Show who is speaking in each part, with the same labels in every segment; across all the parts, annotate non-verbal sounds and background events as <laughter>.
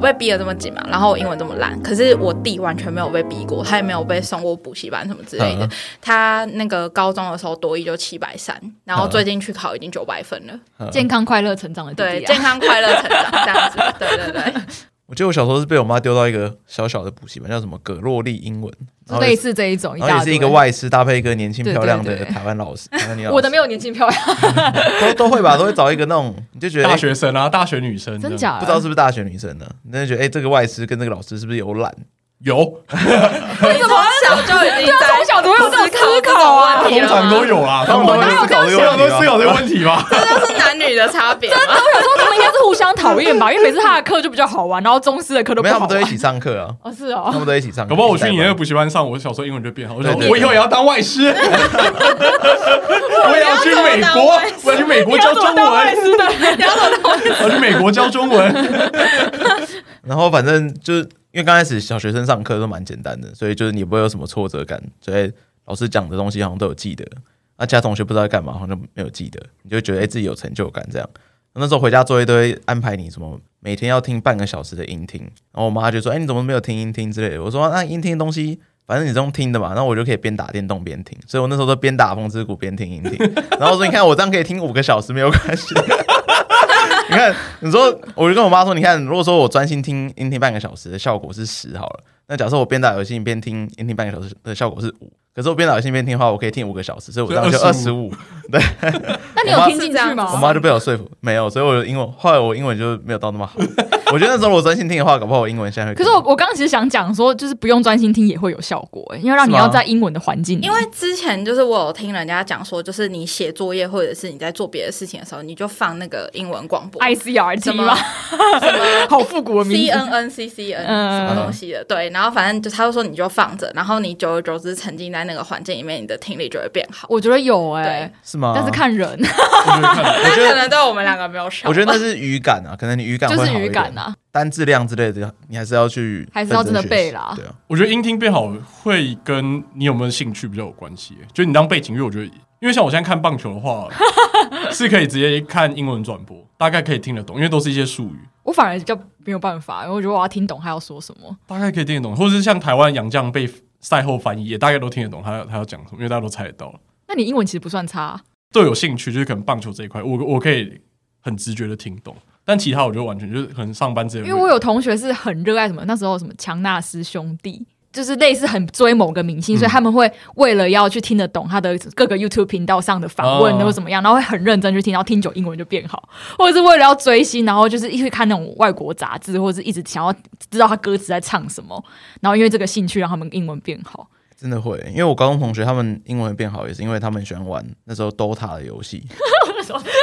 Speaker 1: 被逼得这么紧嘛，然后我英文这么烂，可是我弟完全没有被逼过，他也没有被送过补习班什么之类的。
Speaker 2: 嗯
Speaker 1: 他那个高中的时候多一就七百三，然后
Speaker 2: 嗯
Speaker 1: 最近去考已经九百
Speaker 3: <laughs>
Speaker 1: 分了，
Speaker 3: 健康快乐成长的弟
Speaker 1: 对，
Speaker 3: 弟
Speaker 1: 健
Speaker 3: 啊，
Speaker 1: 康快乐成长这
Speaker 3: <laughs>
Speaker 1: 样子，对对对，
Speaker 2: 我记得我小时候是被我妈丢到一个小小的补习班，叫什么葛洛丽英文，然后
Speaker 3: 类
Speaker 2: 也是
Speaker 3: 似这一种，
Speaker 2: 然后也
Speaker 3: 大
Speaker 2: 是
Speaker 3: 堆
Speaker 2: 一个，外师搭配一个年轻
Speaker 3: 对对
Speaker 2: 漂亮的
Speaker 3: 对
Speaker 2: 台湾老师，台湾女老师
Speaker 3: <laughs> 我的没有年轻漂亮，
Speaker 2: 都都会吧，都会找一个那种你就觉得
Speaker 4: 大
Speaker 2: 哎
Speaker 4: 学生啊，大学女生这
Speaker 3: 真
Speaker 4: 样
Speaker 3: 假？
Speaker 2: 不知道是不是大学女生呢，你就觉得哎这个外师跟这个老师是不是有染？
Speaker 4: 有，
Speaker 1: 为什么小就已经在
Speaker 3: 从小都有啊这种思
Speaker 1: 思
Speaker 3: 考
Speaker 1: 考
Speaker 3: 啊
Speaker 1: 啊，
Speaker 4: 通常都有啦，通常都
Speaker 2: 哎我哪有
Speaker 4: 有
Speaker 2: 这样啊
Speaker 4: 通常都是有这个问题啊
Speaker 2: <laughs>
Speaker 4: 吧？
Speaker 1: 这就是男女的差别嘛，
Speaker 3: 我想说他们应该是互相讨厌吧，因为每次他的课就比较好玩，然后中师的课都
Speaker 2: 没
Speaker 3: 不
Speaker 2: 有，他
Speaker 3: 好
Speaker 2: 们都
Speaker 3: 玩
Speaker 2: 一。起上课啊，
Speaker 3: 哦，是
Speaker 2: 他
Speaker 3: <laughs> 哦，
Speaker 2: 们都一起上课。
Speaker 4: 搞不好我去你那
Speaker 2: 一
Speaker 4: 个
Speaker 2: 起
Speaker 4: 补习班上，我小时候英文就变好。我想
Speaker 2: 对对
Speaker 4: 我以后也要当外师，
Speaker 2: <laughs>
Speaker 4: 我也要去美国，我要去美国教中文，
Speaker 3: 是的，
Speaker 4: 我要去美国教中文。
Speaker 2: 带班。然后反正就是因为刚开始小学生上课都蛮简单的，所以就是你不会有什么挫折感，所以老师讲的东西好像都有记得。那其他同学不知道在干嘛，好像没有记得，你就会觉得哎、自己有成就感这样。那时候回家作业都会安排你什么每天要听半个小时的音听，然后我妈就说：“哎、你怎么没有听音听之类的？”我说：“啊那音听的东西，反正你是用听的嘛，那我就可以边打电动边听。”所以我那时候都边打《风之谷》边听音听。 <laughs> 然后我说：“你看我这样可以听五个小时没有关系。” <laughs> 你看，你说，我就跟我妈说，你看，如果说我专心听音听半个小时的效果是十好了，那假设我边打游戏边听音听半个小时的效果是五，可是我边打游戏边听的话，我可以听五个小时，所以我这样就二
Speaker 4: 所
Speaker 2: 十
Speaker 4: 以
Speaker 2: 五。
Speaker 3: <laughs> 那你有听进去
Speaker 2: 我
Speaker 3: 吗？
Speaker 2: 妈就被我说服，没有，所以我的英文后来我英文就没有到那
Speaker 3: <laughs>
Speaker 2: 么好。我觉得那时候我专心听的话，搞不好我英文现在会更
Speaker 3: 可是
Speaker 2: 好。
Speaker 3: 我我刚刚其实想讲说，就是不用专心听也会有效果、欸因为让你
Speaker 2: 是吗
Speaker 3: 要在英文的环境里，
Speaker 1: 因为之前就是我有听人家讲说，就是你写作业或者是你在做别的事情的时候，你就放那个英文广播，
Speaker 3: ICRT
Speaker 1: 什么
Speaker 3: 吗？
Speaker 1: 什么
Speaker 3: <laughs> 好复古的名
Speaker 1: C
Speaker 3: 字。
Speaker 1: N N C C N
Speaker 3: 嗯
Speaker 1: 什么东西的，对，然后反正就他就说你就放着，然后你久而久之沉浸在那个环境里面，你的听力就会变好。
Speaker 3: 我觉得有哎、
Speaker 1: 对
Speaker 2: 是吗？
Speaker 3: 但是，看人，
Speaker 4: 我就看
Speaker 2: 我觉
Speaker 1: 可
Speaker 2: 得，
Speaker 1: 能对我们两个没有少吧，
Speaker 2: 我觉得那是语感啊，可能你语感会
Speaker 3: 就
Speaker 2: 好一
Speaker 3: 是
Speaker 2: 点
Speaker 3: 语感，啊，
Speaker 2: 单质量之类的，你还是要去，
Speaker 3: 还是要真的背啦
Speaker 2: 对啊，
Speaker 4: 我觉得音听变好会跟你有没有兴趣比较有关系、就你当背景乐，我觉得，因为像我现在看棒球
Speaker 2: <laughs>
Speaker 4: 的话，是可以直接看英文转播，大概可以听得懂，因为都是一些术语，
Speaker 3: 我反而比较没有办法，因为我觉得我要听懂他要说什么。
Speaker 4: 大概可以听得懂。或者是像台湾洋将被赛后翻译，也大概都听得懂他他要讲什么，因为大家都猜得到。
Speaker 3: 那你英文其实不算差，啊
Speaker 4: 都有兴趣，就是可能棒球这一块，我我可以很直觉的听懂，但其他我就完全就是可能上班之类
Speaker 3: 因
Speaker 4: 的，
Speaker 3: 为我有同学是很热爱什么，那时候什么强纳斯兄弟，就是类似很追某个明星，所以他们会为了要去听得懂他的各个 YouTube 频道上的访问
Speaker 4: 哦
Speaker 3: 或者怎么样，然后会很认真去听，然后听久英文就变好，或者是为了要追星，然后就是一直看那种外国杂志，或者是一直想要知道他歌词在唱什么，然后因为这个兴趣让他们英文变好。
Speaker 2: 真的会。因为我高中同学他们英文变好，也是因为他们喜欢玩那时候 DOTA 的游戏，
Speaker 3: <laughs>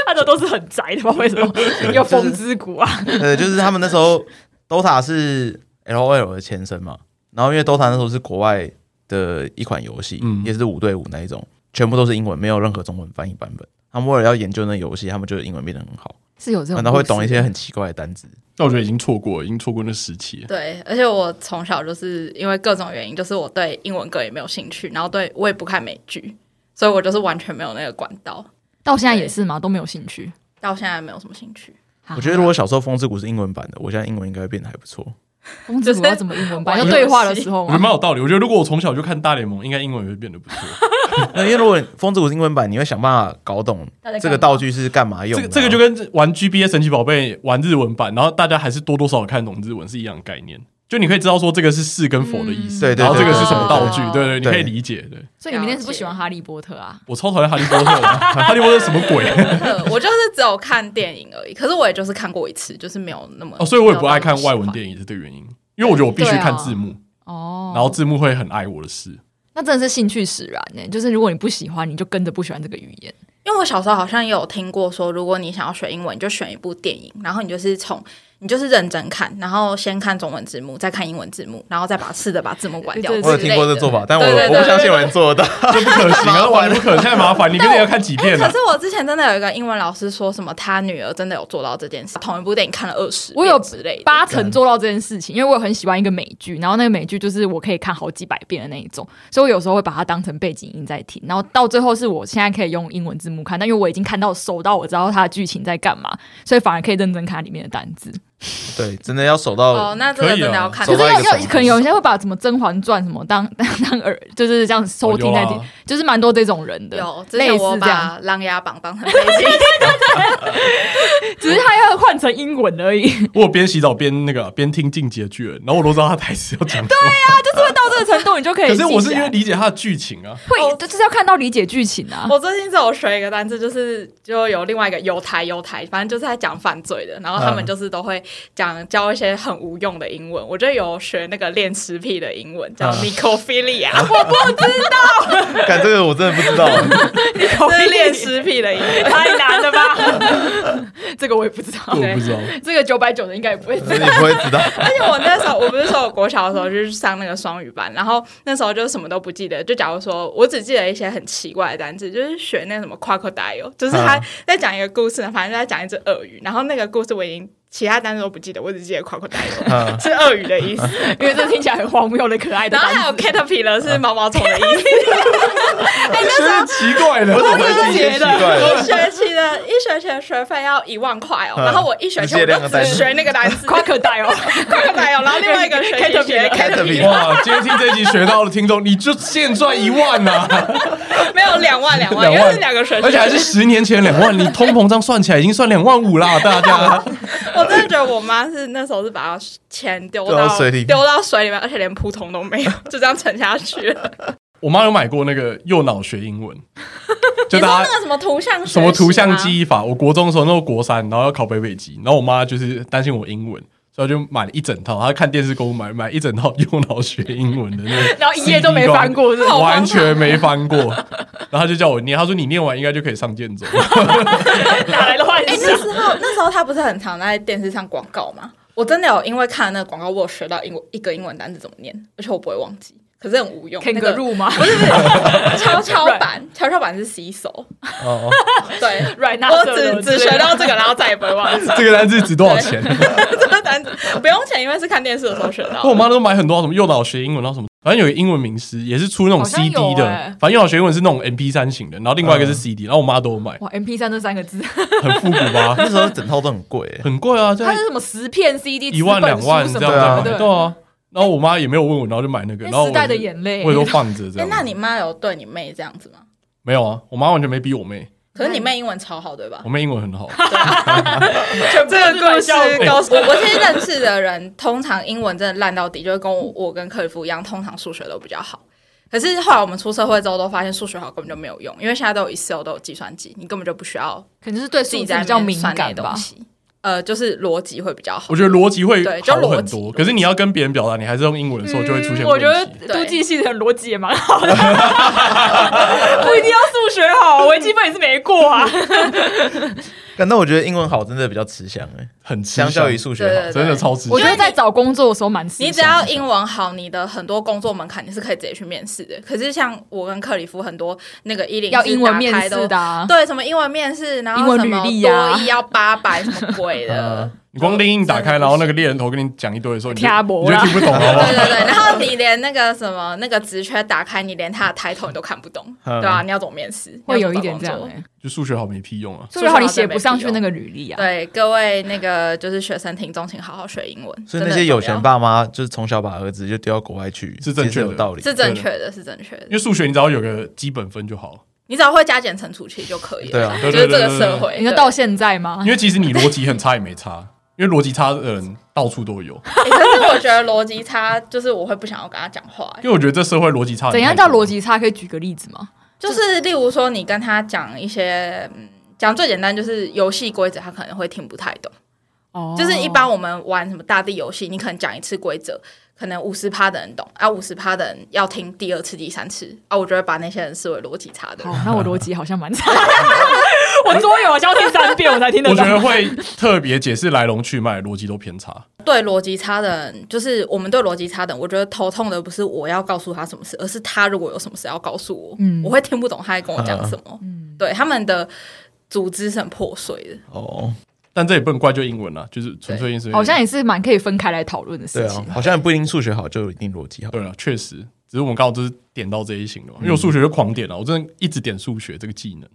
Speaker 3: 他的都是很宅的，不知道为什 <laughs> 么有风之谷啊，
Speaker 2: <laughs> 呃，就是他们那时候 DOTA 是 LOL 的前身嘛，然后因为 DOTA 那时候是国外的一款游戏，
Speaker 4: 嗯
Speaker 2: 也是五对五那一种，全部都是英文，没有任何中文翻译版本。他们为了要研究那游戏，他们就英文变得很好，
Speaker 3: 是有这种，
Speaker 2: 然后会懂一些。很奇怪的单词。
Speaker 4: 但我觉得已经错过了，已经错过那时期了。
Speaker 1: 对，而且我从小就是因为各种原因，就是我对英文歌也没有兴趣，然后对我也不看美剧，所以我就是完全没有那个管道，
Speaker 3: 到现在也是嘛，都没有兴趣。
Speaker 1: 到现在没有什么兴趣。
Speaker 3: 啊
Speaker 2: 我觉得如果小时候《风之谷》是英文版的，我现在英文应该会变得还不错。 <laughs>
Speaker 3: 风之谷要怎么英文版？
Speaker 1: 就
Speaker 3: 要
Speaker 1: 是
Speaker 3: 对话的时候
Speaker 4: 我觉得
Speaker 3: 吗？
Speaker 4: 蛮有道理。我觉得如果我从小就看大联盟，应该英文也会变
Speaker 2: <laughs>
Speaker 4: 得不错。
Speaker 2: 那因为如果《风之谷》是英文版，你会想办法搞懂
Speaker 3: 他在干嘛
Speaker 2: 这个道具是干嘛用的啊、
Speaker 4: 这个这个就跟玩 GBA 神奇宝贝玩日文版，然后大家还是多多少少看懂日文是一样的概念。就你可以知道说这个是是跟否的意思，
Speaker 2: 对对对
Speaker 4: 然后这个是什么道具，
Speaker 3: 哦
Speaker 4: 对对，你
Speaker 2: 对
Speaker 4: 可以理解。对
Speaker 3: 所以你们那是不喜欢哈利波特啊？
Speaker 4: 我超讨厌哈利波特的，哈利波特是什么
Speaker 2: <laughs>
Speaker 4: 鬼？
Speaker 1: 呃我就是只有看电影而已，可是我也就是看过一次，就是没有那么
Speaker 4: 哦，所以我也不爱看外文电影，是这个原因。因为我觉得我必须看字幕，
Speaker 3: 哦，
Speaker 4: 然后字幕会很爱我的事。
Speaker 3: 那真的是兴趣使然呢、就是如果你不喜欢，你就跟着不喜欢这个语言。
Speaker 1: 因为我小时候好像也有听过说，如果你想要学英文，你就选一部电影，然后你就是从你就是认真看，然后先看中文字幕，再看英文字幕，然后再把试着把字幕关掉。
Speaker 3: 对
Speaker 2: 我有听过这做法，但我
Speaker 1: 对哎对对
Speaker 2: 我不相信有人做得到。
Speaker 4: 这不可行啊，完全不可能，现在麻烦，你一定要看几遍啊
Speaker 1: 可
Speaker 4: 了
Speaker 1: 是。我之前真的有一个英文老师说什么，他女儿真的有做到这件事，同一部电影看了二十，
Speaker 3: 我有
Speaker 1: 之类的。
Speaker 3: 八成做到这件事情，因为我很喜欢一个美剧，然后那个美剧就是我可以看好几百遍的那一种，所以我有时候会把它当成背景音在听，然后到最后是我现在可以用英文字幕看，但因为我已经看到熟到我知道它的剧情在干嘛，所以反而可以认真看里面的单字。
Speaker 2: <laughs> 对，真的要守到
Speaker 1: 哦，那这个
Speaker 4: 可以啊
Speaker 1: 真的要看
Speaker 2: 手
Speaker 3: 可是
Speaker 2: 到一
Speaker 3: 要
Speaker 2: 个
Speaker 3: 要
Speaker 2: 程度
Speaker 3: 可能有人家会把什么《甄嬛传》什么当 <laughs> 当当耳，就是这样收听在
Speaker 4: 哦有
Speaker 3: 听，
Speaker 4: 啊
Speaker 3: 就是蛮多这种人的。
Speaker 1: 有，之前
Speaker 3: 类
Speaker 1: 我
Speaker 3: 似这样，
Speaker 1: 把《琅琊榜》当成背景，
Speaker 3: 只是他要换成英文而已，
Speaker 1: <laughs>
Speaker 3: 就
Speaker 4: <laughs> 我有边洗澡边那个边听《进击的巨人》，然后我都知道他台词要讲什么。对
Speaker 3: 是会到这个程度，你就可以
Speaker 4: 可
Speaker 3: 记起
Speaker 4: 是
Speaker 3: 来。
Speaker 4: 我是因为理解他的剧情啊，
Speaker 1: 哦
Speaker 3: 会，就是要看到理解剧情啊。
Speaker 1: 我最近只有学一个单字，就是就有另外一个犹台犹台，反正就是在讲犯罪的，然后他们
Speaker 2: 嗯
Speaker 1: 就是都会讲教一些很无用的英文。我就有学那个恋尸癖的英文，叫
Speaker 4: 嗯
Speaker 1: necrophilia，、
Speaker 2: 干这个我真的不知道， <laughs>
Speaker 1: 这是恋尸癖的英文，太难了吧？
Speaker 3: <laughs> 这个我也不知道
Speaker 4: 我，不知道。
Speaker 3: <laughs> 这个九百九的应该也不会知
Speaker 2: 你
Speaker 3: 道。
Speaker 2: 不会知道。
Speaker 1: <laughs> 而且我那时候，我不是说我国小的时候就是上那个双语班，然后那时候就什么都不记得，就假如说我只记得一些很奇怪的单字，就是学那什么 crocodile，就是他
Speaker 2: 嗯
Speaker 1: 在讲一个故事，反正在讲一只鳄鱼，然后那个故事我已经其他单词都不记得，我只记得 crocodile。<laughs>
Speaker 2: 嗯，
Speaker 1: 是鳄鱼的意思，
Speaker 3: 因为这听起来很荒谬的可爱
Speaker 1: <laughs>
Speaker 3: 的
Speaker 1: 然后
Speaker 3: 单
Speaker 1: 还有
Speaker 3: 词，
Speaker 1: caterpillar 是毛毛虫的意思。 <laughs> 哎
Speaker 4: 真是奇怪的，
Speaker 2: 我怎么会记得奇怪
Speaker 1: 一
Speaker 2: 的？
Speaker 1: 学期的一学期的学费要一万块哦，
Speaker 2: 嗯
Speaker 1: 然后我一学期
Speaker 2: 你
Speaker 1: 我就
Speaker 2: 记得两个单
Speaker 1: 只
Speaker 2: 词
Speaker 1: 学那个 <laughs> 单词
Speaker 3: 夸可带哦，
Speaker 1: <laughs> crocodile，然后另外一个学期学
Speaker 2: Caterpillar
Speaker 3: Caterpillar
Speaker 1: caterpillar，
Speaker 4: <laughs> 哇！今天听这集学到的听众，你就现赚一万呐、
Speaker 1: 没有两万两万，
Speaker 4: 两
Speaker 1: 因为是
Speaker 4: 万
Speaker 1: 两个学期，
Speaker 4: 而且还是十年前两万，你通膨胀算起来已经算两万五啦，大家。
Speaker 1: 我真的觉得我妈是那时候是把钱丢
Speaker 2: 丢
Speaker 1: 到
Speaker 2: 到水里面
Speaker 1: 丢到水里面，而且连扑通都没有，就这样沉下去了。
Speaker 4: 我妈有买过那个右脑学英文，就
Speaker 1: 你说
Speaker 4: 大
Speaker 1: 那
Speaker 4: 家
Speaker 1: 个什么图像学习
Speaker 4: <laughs> 什
Speaker 1: 吗
Speaker 4: 么图像记忆 <laughs> 法。我国中的时候，那时候国三，然后要考北北基，然后我妈就是担心我英文。所以她就买了一整套，她看电视购物买买一整套右脑学英文的那 <laughs> 个，
Speaker 3: 然后一页都没翻过，
Speaker 4: <laughs>
Speaker 3: 是吧？
Speaker 4: 完全没翻过。然后她就叫我念，她说你念完应该就可以上建 <laughs> 中。
Speaker 3: 哪来的幻
Speaker 1: 哎、
Speaker 3: 想
Speaker 1: 那？时候那时候他不是很常在电视上广告吗？我真的有因为看了那个广告，我有学到英文一个英文单词怎么念，而且我不会忘记，可是很无用。
Speaker 3: 肯格入吗
Speaker 1: 那个跷跷板，跷跷板是洗手，
Speaker 4: 哦，
Speaker 1: <laughs> 对。
Speaker 3: ？Right now，
Speaker 1: 我只只学到这个，然后再也不会忘记
Speaker 4: 这个单字值多少钱？
Speaker 1: 这个单词，不用钱，因为是看电视的时候学到
Speaker 4: 我
Speaker 1: 的。
Speaker 4: 妈都买很多什么诱导学英文，然后什么，反正有一个英文名师也是出那种
Speaker 3: 好像
Speaker 4: CD
Speaker 3: 有
Speaker 4: 的，
Speaker 3: 欸
Speaker 4: 反正诱导学英文是那种 MP 三型的，然后另外一个是 CD，、然后我妈都有买，
Speaker 3: <laughs> 哇，MP 三这三个字，
Speaker 4: 很复古 <laughs> 吧，
Speaker 2: 那时候整套都很贵欸，
Speaker 4: 很贵啊，就
Speaker 3: 它是什么十片 CD，
Speaker 4: 一万两万这
Speaker 3: 什
Speaker 4: 样
Speaker 3: 么
Speaker 4: 在
Speaker 3: 的，
Speaker 4: 买，对啊。然后我妈也没有问我，然后就买那个，然后
Speaker 3: 那
Speaker 4: 我
Speaker 3: 时代的眼泪 <laughs>
Speaker 4: 我也都放着这
Speaker 1: 哎、
Speaker 4: 样。
Speaker 1: 那你妈有对你妹这样子吗？
Speaker 4: 没有啊？我妈完全没逼我妹，
Speaker 1: 可是你妹英文超好，对吧
Speaker 4: 我？妹英文
Speaker 1: <laughs>
Speaker 4: 很好，
Speaker 1: 这个故事
Speaker 3: 哎
Speaker 1: 告诉我，我其实认识的人，通常英文真的烂到底，就是跟我我跟克里夫一样，通常数学都比较好。可是后来我们出社会之后，都发现数学好根本就没有用，因为现在都有 Excel，都有计算机，你根本就不需要
Speaker 3: <laughs> 肯定是对
Speaker 1: 自
Speaker 3: 数
Speaker 1: 己
Speaker 3: 字
Speaker 1: 在
Speaker 3: 比较
Speaker 1: 那边
Speaker 3: 敏
Speaker 1: 算那
Speaker 3: 感
Speaker 1: 些
Speaker 3: 吧
Speaker 1: 东。西。呃，就是逻辑会比较好
Speaker 4: 我。觉得逻辑会
Speaker 1: 对就
Speaker 4: 好
Speaker 1: 逻
Speaker 4: 很
Speaker 1: 辑
Speaker 4: 多。可是你要跟别人表达，你还是用英文的时候，就会出现
Speaker 3: 嗯我
Speaker 4: 问题
Speaker 3: 觉。得都记系的逻辑也蛮好的，不一定要数学好，微积分也是没过啊。
Speaker 4: 嗯
Speaker 2: 干那我觉得英文好真的比较吃香哎，
Speaker 4: 很吃
Speaker 2: 相较于
Speaker 4: 香
Speaker 2: 数学好
Speaker 1: 对。
Speaker 4: 真的超吃
Speaker 3: <laughs> 我
Speaker 4: 香
Speaker 3: 觉得在找工作的时候蛮吃香
Speaker 1: 你只要英文好，你的很多工作门槛你是可以直接去面试的。可是像我跟克里夫很多那个一零
Speaker 3: 要英文面试的啊，
Speaker 1: 对，什么英文面试，然
Speaker 3: 英
Speaker 1: 后
Speaker 3: 文
Speaker 1: 什
Speaker 3: 履
Speaker 1: 么
Speaker 3: 历
Speaker 1: 多
Speaker 3: 啊
Speaker 1: 一要八百什么鬼
Speaker 4: <laughs>
Speaker 1: 的，
Speaker 4: 你光拎印打开，然后那个猎人头跟你讲一堆的时候，你就
Speaker 3: 听
Speaker 4: 你
Speaker 3: 不啦
Speaker 4: 就听不懂了，好不好
Speaker 3: <laughs>
Speaker 1: 对对对，然后你连那个什么那个职缺打开，你连他的抬头你都看不懂，
Speaker 2: <laughs> 嗯
Speaker 1: 对吧、你要怎么面试？
Speaker 3: 会
Speaker 1: 你要
Speaker 3: 有
Speaker 1: 怎么
Speaker 3: 一
Speaker 1: 找
Speaker 3: 点
Speaker 1: 工
Speaker 3: 这
Speaker 1: 作
Speaker 3: 样哎。
Speaker 4: 就数学好没屁用啊。
Speaker 3: 数学好你写不上去那个履历啊。
Speaker 1: 对各位那个就是学生听众，请好好学英文。
Speaker 2: 所
Speaker 1: 真
Speaker 2: 以那
Speaker 1: 的
Speaker 2: 些
Speaker 1: 很
Speaker 2: 有
Speaker 1: 重要
Speaker 2: 钱爸妈就是从小把儿子就丢到国外去，
Speaker 4: 是正
Speaker 2: 其实
Speaker 4: 确的
Speaker 2: 有道理。
Speaker 1: 是正确的，是正确
Speaker 4: 因
Speaker 1: 的。
Speaker 4: 为数学你只要有个基本分就好，
Speaker 1: 你只要会加减乘除器就可以
Speaker 2: 对
Speaker 1: 了
Speaker 2: 啊，
Speaker 1: 就
Speaker 4: 对
Speaker 1: 是
Speaker 4: 对
Speaker 1: 这
Speaker 4: 对
Speaker 1: 个
Speaker 4: 对对
Speaker 1: 社会。
Speaker 3: 你说
Speaker 1: 对
Speaker 3: 到现在吗
Speaker 4: 因？为其实你逻辑很差也没差，因为逻辑差的人到处都有。
Speaker 1: 欸可是我觉得逻辑差，就是我会不想要跟他讲话、欸
Speaker 4: 因为我觉得这社会逻辑差的
Speaker 3: 怎
Speaker 4: 人
Speaker 3: 样
Speaker 4: 太多
Speaker 3: 叫逻？辑差？可以举个例子吗？
Speaker 1: 就是例如说，你跟他讲一些，嗯，讲最简单就是游戏规则，他可能会听不太懂。
Speaker 3: 哦
Speaker 1: 就是一般我们玩什么大地游戏，你可能讲一次规则，可能五十趴的人懂，啊，五十趴的人要听第二次、第三次，啊，我就会把那些人视为逻辑差的人。
Speaker 3: 好，那我逻辑好像蛮差。
Speaker 4: <laughs>
Speaker 3: 我桌游好像要听三遍我才听得
Speaker 4: 我觉得
Speaker 3: 懂。
Speaker 4: 会特别解释来龙去脉，逻辑都偏差。
Speaker 1: 对逻辑差的人，就是我们对逻辑差的人，我觉得头痛的不是我要告诉他什么事，而是他如果有什么事要告诉我，
Speaker 3: 嗯
Speaker 1: 我会听不懂他在跟我讲什么。对，他们的组织是很破碎的。
Speaker 2: 哦，
Speaker 4: 但这也不能怪就英文啦，就是纯粹因素。
Speaker 3: 好像也是蛮可以分开来讨论的
Speaker 2: 对
Speaker 3: 事
Speaker 2: 啊
Speaker 3: 情，，
Speaker 2: 好像也不一定数学好就一定
Speaker 1: <laughs>
Speaker 2: 逻辑好。
Speaker 4: 对了，啊确实，
Speaker 3: 嗯
Speaker 4: 啊只是我们刚好就是点到这一型的嘛，因为我数学就狂点了，我真的一直点数学这个技能。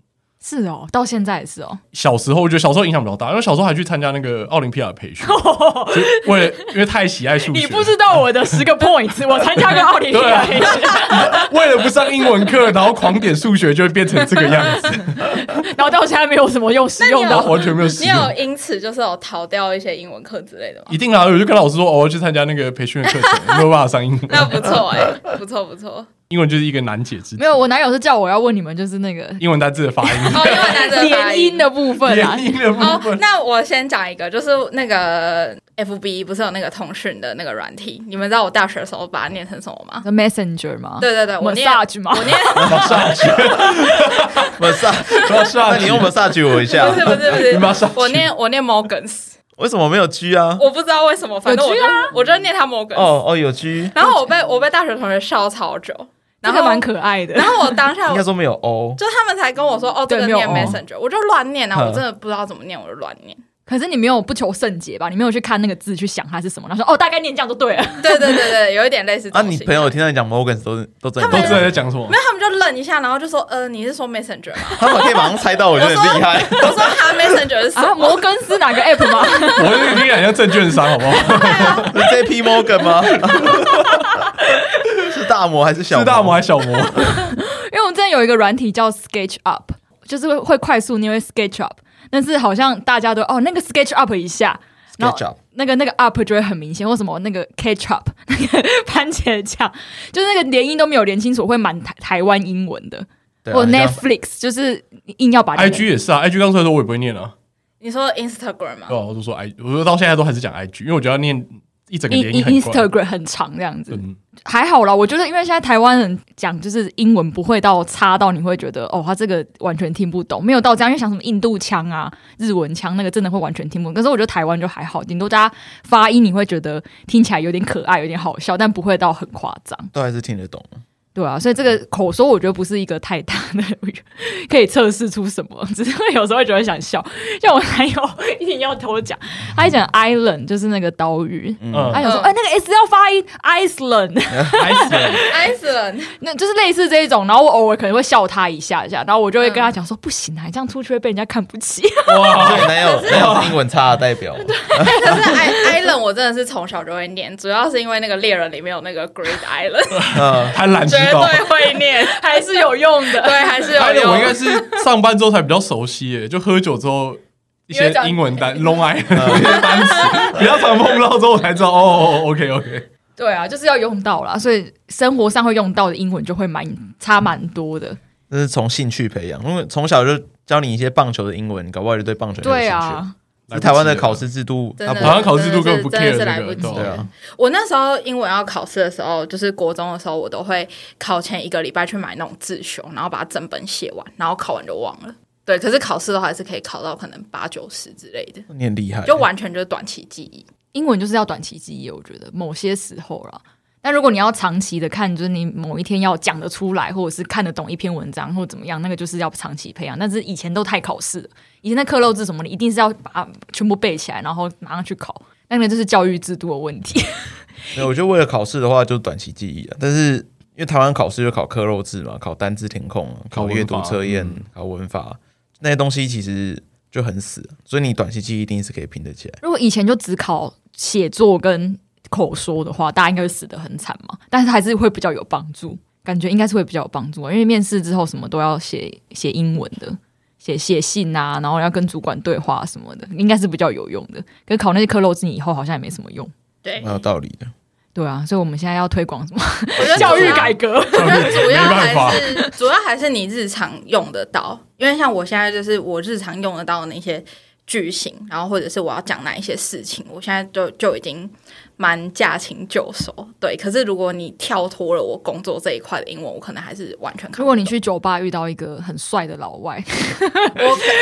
Speaker 3: 是哦，到现在也是哦。
Speaker 4: 小时候我觉得小时候影响比较大，因为小时候还去参加那个奥林匹亚的培
Speaker 3: <laughs>
Speaker 4: 训，就为了因为太喜爱数学，
Speaker 3: 你不知道我的十 <laughs> 个 points，我参加个奥林匹亚
Speaker 4: 对
Speaker 2: 啊
Speaker 4: 为了不上英文课，然后狂点数学就会变成这个样
Speaker 3: <laughs>
Speaker 4: 子，
Speaker 3: <laughs> 然后到现在没有什么用实用
Speaker 1: 那
Speaker 4: 然
Speaker 1: 你
Speaker 4: 后
Speaker 1: 有
Speaker 3: 的。
Speaker 4: 完全没有实
Speaker 1: 你
Speaker 4: 用
Speaker 1: 有。因此就是有逃掉一些英文课之类的吗？
Speaker 4: 一定啊！我就跟老师说，哦，我要去参加那个培训的课程，没有办法上英文，
Speaker 1: 那不错哎、
Speaker 3: <laughs>
Speaker 1: 不错不错。
Speaker 4: 英文就是一个难解之
Speaker 3: 没有，我男友是叫我要问你们，就是那个
Speaker 4: 英文单字的发音，
Speaker 1: 哦，因为男生发
Speaker 3: <laughs> 联
Speaker 1: 音
Speaker 3: 姻的部分啊 <laughs>
Speaker 4: 连，音的部 <laughs>
Speaker 1: 哦
Speaker 4: 分，。
Speaker 1: 那我先讲一个，就是那个 FB 不是有那个通讯的那个软体？你们知道我大学的时候把它念成什么吗？
Speaker 3: The Messenger 吗？
Speaker 1: 对对对，我念
Speaker 3: Massage 吗？
Speaker 1: 我念
Speaker 2: 马萨，
Speaker 4: 马萨
Speaker 2: 那你用马萨举我一下
Speaker 1: 不，是不是不
Speaker 4: 你
Speaker 1: 是
Speaker 4: 马上去
Speaker 1: 我念我念 Morgans，
Speaker 2: 为什么没有狙啊？
Speaker 1: 我不知道为什么，反正我就
Speaker 3: 有趣
Speaker 1: 我就念他 Morgans。
Speaker 2: 哦哦，有狙，
Speaker 1: 然后我被我被大学同学笑超久，
Speaker 3: 这
Speaker 1: 然
Speaker 3: 个
Speaker 1: 后
Speaker 3: 蛮可爱
Speaker 1: <laughs>
Speaker 3: 的
Speaker 1: 然。后我当下
Speaker 2: <laughs> 应该说没有 O，
Speaker 1: 就他们才跟我说哦，这
Speaker 3: 对
Speaker 1: 个
Speaker 3: 没有
Speaker 1: 念
Speaker 3: 哦
Speaker 1: Messenger，我就乱念啊，
Speaker 2: 嗯
Speaker 1: 我真的不知道怎么念，我就乱念。
Speaker 3: <laughs> 可是你没有不求甚解吧？你没有去看那个字去想它是什么，然后说哦，大概念这样就对 <laughs> 了。
Speaker 1: 对对对对，有一点类似这
Speaker 2: 啊，
Speaker 1: 种
Speaker 2: 你
Speaker 1: 心态。
Speaker 2: 朋友听到你讲 Morgan 都是 <laughs> 都真
Speaker 4: 都知道
Speaker 2: 的，
Speaker 4: 在讲什么
Speaker 1: 没。有，他们就愣一下，然后就说呃，你是说 Messenger 吗？ <laughs>
Speaker 2: 他们可以马上猜到，我觉得很厉害。
Speaker 1: 我说哈 Messenger 是什
Speaker 3: 啊，
Speaker 1: 么？
Speaker 3: 摩根斯哪个 app 吗？
Speaker 4: <laughs> 我这个听起来像证券商，好不好？
Speaker 2: 是 JP Morgan 吗？ <laughs> 是大魔还是 <laughs> 小？
Speaker 4: 是大魔？还是小魔？
Speaker 2: <laughs>
Speaker 3: 因为我们之前有一个软体叫 Sketch Up，就是会会快速，你会 Sketch Up，但是好像大家都哦，那个 Sketch Up 一下。然后
Speaker 2: Sketch Up
Speaker 3: 那个那个 up 就会很明显，或什么那个 ketchup <laughs> 那个番茄酱，就是那个连音都没有连清楚，会满台台湾英文的，
Speaker 2: 对啊
Speaker 3: 或
Speaker 2: 很像
Speaker 3: Netflix 就是硬要把那
Speaker 4: I
Speaker 3: 个
Speaker 4: G 也是啊，I G 刚出来的时候我也不会念啊，
Speaker 1: 你说 Instagram 吗
Speaker 4: 对？吧、啊我就说 I，我说到现在都还是讲 I G，因为我觉得要念一整个
Speaker 3: 因
Speaker 4: 连音
Speaker 3: 因
Speaker 4: 很怪。
Speaker 3: Instagram 很长这样子，
Speaker 4: 嗯，
Speaker 3: 还好啦，我觉得因为现在台湾人讲就是英文不会到差到你会觉得哦，他这个完全听不懂，没有到这样，因为像什么印度腔啊、日文腔那个真的会完全听不懂。可是我觉得台湾就还好，顶多大家发音你会觉得听起来有点可爱、有点好笑，但不会到很夸张，
Speaker 2: 都还是听得懂。
Speaker 3: 对啊。所以这个口说我觉得不是一个太大的可以测试出什么，只是会有时候会觉得想笑。像我男友一定要偷讲，他一讲 island 就是那个岛屿。
Speaker 4: 嗯
Speaker 3: 他想说，哎、那个 S 要发音 Iceland，
Speaker 4: Iceland
Speaker 1: Iceland， <laughs>
Speaker 3: 那就是类似这一种，然后我偶尔可能会笑他一下下，然后我就会跟他
Speaker 1: 嗯
Speaker 3: 讲说、不行啊，你这样出去会被人家看不起。
Speaker 4: <laughs>
Speaker 1: <laughs>
Speaker 4: 哇，
Speaker 2: 所以男友男友是英文差的代 <laughs> 表，
Speaker 1: 哎可是 I Island 我真的是从小就会念，主要是因为那个猎人里面有那个 Great Island，
Speaker 2: 嗯，
Speaker 4: 贪婪
Speaker 1: 绝
Speaker 4: 之道。
Speaker 1: 对会念，
Speaker 3: <laughs> 还是有用
Speaker 1: <laughs> 对，
Speaker 3: 的，
Speaker 1: 还是有
Speaker 4: Island 我
Speaker 1: 用
Speaker 4: 应该。是上班之后才比较熟悉耶，就喝酒之后一些英文 <laughs> 单 Long
Speaker 2: 嗯
Speaker 4: Island 这些
Speaker 2: <laughs>
Speaker 4: 单词比较常碰到之后，我才知道哦，OK OK，
Speaker 3: 对啊，就是要用到啦，所以生活上会用到的英文就会蛮差蛮多的。
Speaker 2: 那是从兴趣培养，因为从小就教你一些棒球的英文，搞不好就对棒球很有
Speaker 3: 对
Speaker 2: 兴趣。
Speaker 3: 啊，
Speaker 2: 只是台湾的考试制度，它
Speaker 1: 真的
Speaker 2: 不
Speaker 4: 啊好像考试制度根本不
Speaker 1: 真的
Speaker 4: care
Speaker 1: 是
Speaker 4: 这
Speaker 1: 来不
Speaker 4: 个，
Speaker 1: 及
Speaker 4: 对
Speaker 2: 对
Speaker 4: 啊
Speaker 2: 啊，
Speaker 1: 我那时候英文要考试的时候，就是国中的时候，我都会考前一个礼拜去买那种自修，然后把它整本写完，然后考完就忘了。对，可是考试的话还是可以考到可能八九十之类的，
Speaker 2: 哦你很厉
Speaker 4: 哎
Speaker 2: 害，
Speaker 1: 就完全就是短期记忆。
Speaker 3: 英文就是要短期记忆，我觉得某些时候啦。但如果你要长期的看，就是你某一天要讲得出来，或者是看得懂一篇文章，或者怎么样，那个就是要长期培养。但是以前都太考试了，以前的课漏字什么，你一定是要把它全部背起来，然后马上去考。那个就是教育制度的问题。
Speaker 2: 没有，我觉得为了考试的话，就短期记忆啊。但是因为台湾考试就考科肉字嘛，考单字填空啊，
Speaker 4: 考
Speaker 2: 考
Speaker 4: 文
Speaker 2: 阅读
Speaker 4: 法
Speaker 2: 测验
Speaker 4: 嗯，
Speaker 2: 考文法那些东西，其实就很死，啊所以你短期记忆一定是可以拼得起来。
Speaker 3: 如果以前就只考写作跟口说的话，大家应该会死得很惨嘛。但是还是会比较有帮助，感觉应该是会比较有帮助啊。因为面试之后什么都要写写英文的，写写信啊，然后要跟主管对话什么的，应该是比较有用的。可是考那些科漏字，你以后好像也没什么用。
Speaker 1: 对，
Speaker 4: 啊
Speaker 2: 蛮有道理的，
Speaker 3: 对啊，所以我们现在要推广什么 <laughs>
Speaker 1: 我觉得啊
Speaker 3: 教育
Speaker 1: 主要
Speaker 3: 改革？
Speaker 1: <laughs> 我觉得主要
Speaker 4: 没办法
Speaker 1: 还是主要还是你日常用得到，因为像我现在就是我日常用得到的那些句型，然后或者是我要讲哪一些事情，我现在就就已经蛮驾轻就熟。对，可是如果你跳脱了我工作这一块的英文，我可能还是完全看不
Speaker 3: 如果你
Speaker 1: 懂
Speaker 3: 去酒吧遇到一个很帅的老外，
Speaker 4: <laughs>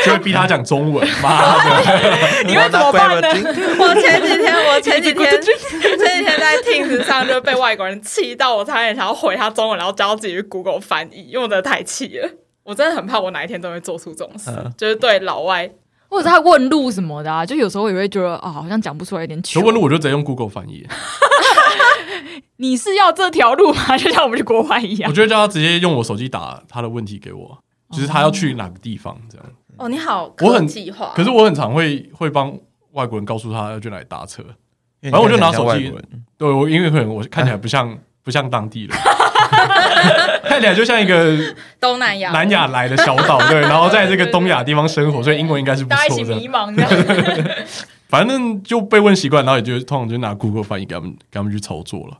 Speaker 4: 就会逼他讲
Speaker 3: <laughs>
Speaker 4: 中文，妈的，
Speaker 3: 你会怎么办呢
Speaker 1: 我前几天，我前几天，前几天在 Teams 上就被外国人气到，我差点想要回他中文，然后教自己去 Google 翻译，因为我真的太气了。我真的很怕我哪一天都会做出这种事，
Speaker 4: 嗯
Speaker 1: 就是对老外。
Speaker 3: 或者是他问路什么的啊，就有时候也会觉得啊、好像讲不出来，有点糗
Speaker 4: 求。问路我就直接用 Google 翻译，
Speaker 3: 你是要这条路吗？就像我们去国外一样
Speaker 4: 我。就会叫他直接用我手机打他的问题给我，
Speaker 3: 哦
Speaker 4: 就是他要去哪个地方这样。
Speaker 1: 哦，你好，
Speaker 4: 我很
Speaker 1: 计划，
Speaker 4: 可是我很常会会帮外国人告诉他要去哪里搭车。
Speaker 2: 因为你
Speaker 4: 反正我就拿
Speaker 2: 看起来像
Speaker 4: 手
Speaker 2: 外
Speaker 4: 机
Speaker 2: 国人
Speaker 4: 对我，因为可能我看起来不像 <laughs> 不像当地人，看起来就像一个
Speaker 1: 东南亚，
Speaker 4: 南亚来的小岛，
Speaker 3: <laughs>
Speaker 4: 对，然后在这个东亚地方生活，所以英文应该是不
Speaker 3: 大家一
Speaker 4: 错
Speaker 3: 起
Speaker 4: 的。
Speaker 3: 迷茫的。
Speaker 4: 反正就被问习惯，然后也就通常就拿 Google 翻译给他们给他们去操作了，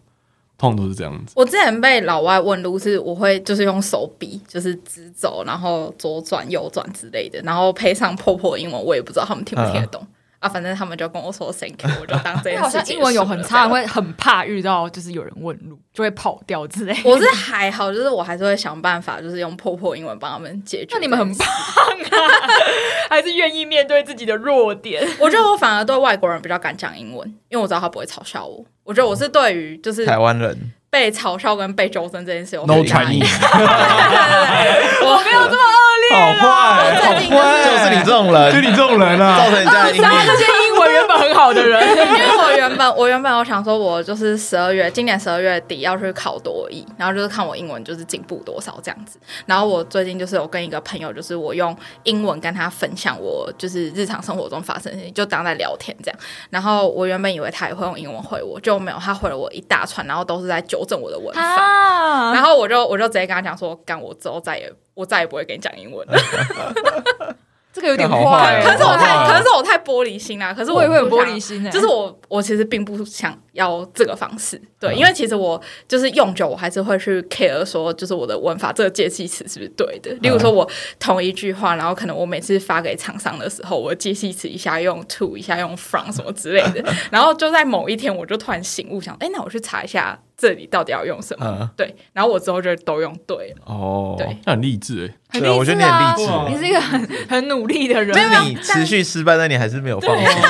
Speaker 4: 通常都是这样子。
Speaker 1: 我之前被老外问路是，我会就是用手比，就是直走，然后左转、右转之类的，然后配上破破英文，我也不知道他们听不听得懂。
Speaker 4: 嗯
Speaker 1: 啊，反正他们就跟我说 “thank you”，我就当这件 <laughs>
Speaker 3: 好
Speaker 1: 事情
Speaker 3: 像英文有很
Speaker 1: 结束
Speaker 3: 差，
Speaker 1: 了
Speaker 3: 会很怕遇到就是有人问路，就会跑掉之 <laughs> 类。
Speaker 1: 我是还好，就是我还是会想办法，就是用破破英文帮他们解决。
Speaker 3: 那你们很棒，啊， <laughs> 还是愿意面对自己的弱点。
Speaker 1: 我觉得我反而对外国人比较敢讲英文，因为我知道他不会嘲笑我。我觉得我是对于就是
Speaker 2: 台湾人，
Speaker 1: 被嘲笑跟被纠正这件事有
Speaker 4: No
Speaker 1: 很 <laughs> 大的
Speaker 4: Chinese，
Speaker 1: 我没有这么
Speaker 4: 好坏，
Speaker 1: 我
Speaker 4: 好
Speaker 1: 最近
Speaker 4: 坏，
Speaker 2: 就是你这种
Speaker 4: 就
Speaker 2: 人，
Speaker 4: 你这种人
Speaker 2: 造
Speaker 4: 啊！
Speaker 2: 成人家的阴影。
Speaker 3: 些英文原本很好的人， <laughs>
Speaker 1: 因为我原本我原本我想说，我就是十二月今年十二月底要去考多译，然后就是看我英文就是进步多少这样子。然后我最近就是有跟一个朋友，就是我用英文跟他分享我就是日常生活中发生的事情，就当在聊天这样。然后我原本以为他也会用英文回我，就没有，他回了我一大串，然后都是在纠正我的文法。
Speaker 3: 啊
Speaker 1: 然，后我就我就直接跟他讲说，干我之后再也我再也不会跟你讲英文
Speaker 3: <laughs>
Speaker 1: 了。
Speaker 3: 这个有点
Speaker 2: 好坏
Speaker 3: 坏
Speaker 2: 哦
Speaker 3: 哦。
Speaker 1: 可是我
Speaker 4: 好
Speaker 1: 太
Speaker 4: 吧
Speaker 1: 可是我太玻璃心啦，可是
Speaker 3: 我也会很
Speaker 1: 不
Speaker 3: 玻
Speaker 1: 想
Speaker 3: 璃心诶，欸
Speaker 1: 就是我，我其实并不想要这个方式，对，因为其实我就是用久，我还是会去 care 说，就是我的文法这个介系词是不是对的。例如说，我同一句话，然后可能我每次发给厂商的时候，我介系词一下用 to，一下用 from 什么之类的，然后就在某一天，我就突然醒悟，想，哎，那我去查一下这里到底要用什么，
Speaker 2: 嗯
Speaker 1: 对，然后我之后就都用对了，
Speaker 2: 哦，
Speaker 1: 对
Speaker 4: 那很励志哎，
Speaker 3: 很
Speaker 2: 对啊我觉得你很励
Speaker 3: 志
Speaker 2: 志
Speaker 3: 啊，你是一个很很努力的人，
Speaker 2: 就是你持续失败，但你还是没有放
Speaker 3: 哦 <laughs>
Speaker 2: 弃。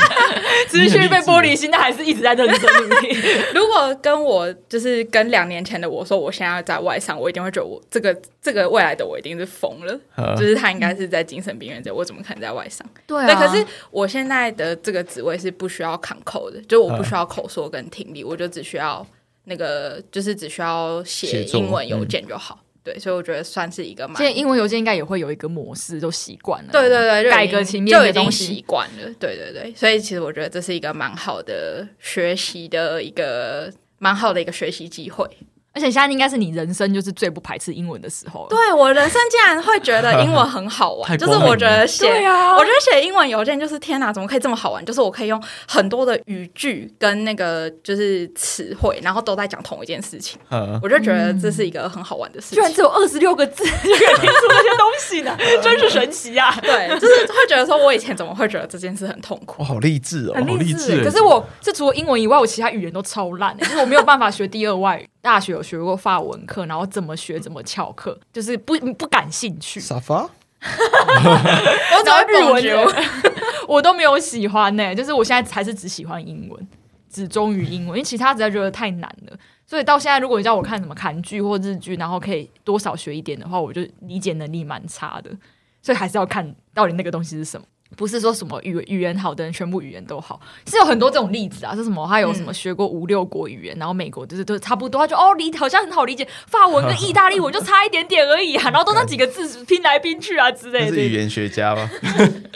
Speaker 3: 只是被玻璃心，但还是一直在认真努力。
Speaker 1: <laughs> 如果跟我就是跟两年前的我说我现在在外商，我一定会觉得我这个这个未来的我一定是疯了，
Speaker 2: 嗯
Speaker 1: 就是他应该是在精神病院这，我怎么可能在外商？
Speaker 3: <laughs> 对啊
Speaker 1: 对，可是我现在的这个职位是不需要扛口的，就
Speaker 2: 嗯
Speaker 1: 我不需要口说跟听力，我就只需要那个就是只需要写
Speaker 2: 写作嗯
Speaker 1: 英文邮件就好。对，所以我觉得算是一个蛮
Speaker 3: 现在英文邮件应该也会有一个模式，都习惯了。
Speaker 1: 对对对，就已经
Speaker 3: 改革前面
Speaker 1: 就
Speaker 3: 的
Speaker 1: 已经
Speaker 3: 东西
Speaker 1: 习惯了。对对对，所以其实我觉得这是一个蛮好的学习的一个蛮好的一个学习机会。
Speaker 3: 而且现在应该是你人生就是最不排斥英文的时候了。
Speaker 1: 对我人生竟然会觉得英文很好 <laughs>
Speaker 4: 太
Speaker 1: 玩，就
Speaker 4: 光
Speaker 1: 是
Speaker 4: 明
Speaker 1: 我觉得写，
Speaker 3: 对啊
Speaker 1: 我觉得写英文邮件就是天哪，怎么可以这么好玩？就是我可以用很多的语句跟那个就是词汇，然后都在讲同一件事情，
Speaker 2: 嗯
Speaker 1: 我就觉得这是一个很好玩的事
Speaker 3: 居然
Speaker 1: 情。
Speaker 3: 只有二十六个字就可以拼出这些东西 <laughs> 呢，真是神奇啊！
Speaker 1: <laughs> 对，就是会觉得说，我以前怎么会觉得这件事很痛
Speaker 2: <laughs>
Speaker 1: 苦？
Speaker 2: 哇，好励志哦！
Speaker 4: 好励志欸
Speaker 3: 可是我是除了英文以外，我其他语言都超烂、欸，就是我没有办法学第二外语。大学有学过法文课，然后怎么学怎么翘课，就是不不感兴趣。
Speaker 2: 沙发，
Speaker 1: 我只
Speaker 3: 然后
Speaker 1: 会
Speaker 3: 日文
Speaker 1: bonjour
Speaker 3: <laughs> 的我都没有喜欢呢、就是我现在还是只喜欢英文，只忠于英文，因为其他实在觉得太难了。所以到现在，如果你叫我看什么韩剧或日剧，然后可以多少学一点的话，我就理解能力蛮差的。所以还是要看到底那个东西是什么。不是说什么语语言好的人全部语言都好，是有很多这种例子啊，是什么？他有什么学过五六国语言，然后美国就是都差不多，他就哦理好像很好理解，法文跟意大利文就差一点点而已啊，然后都那几个字拼来拼去啊之
Speaker 2: 那
Speaker 3: 类的。
Speaker 2: 是语言学家吧？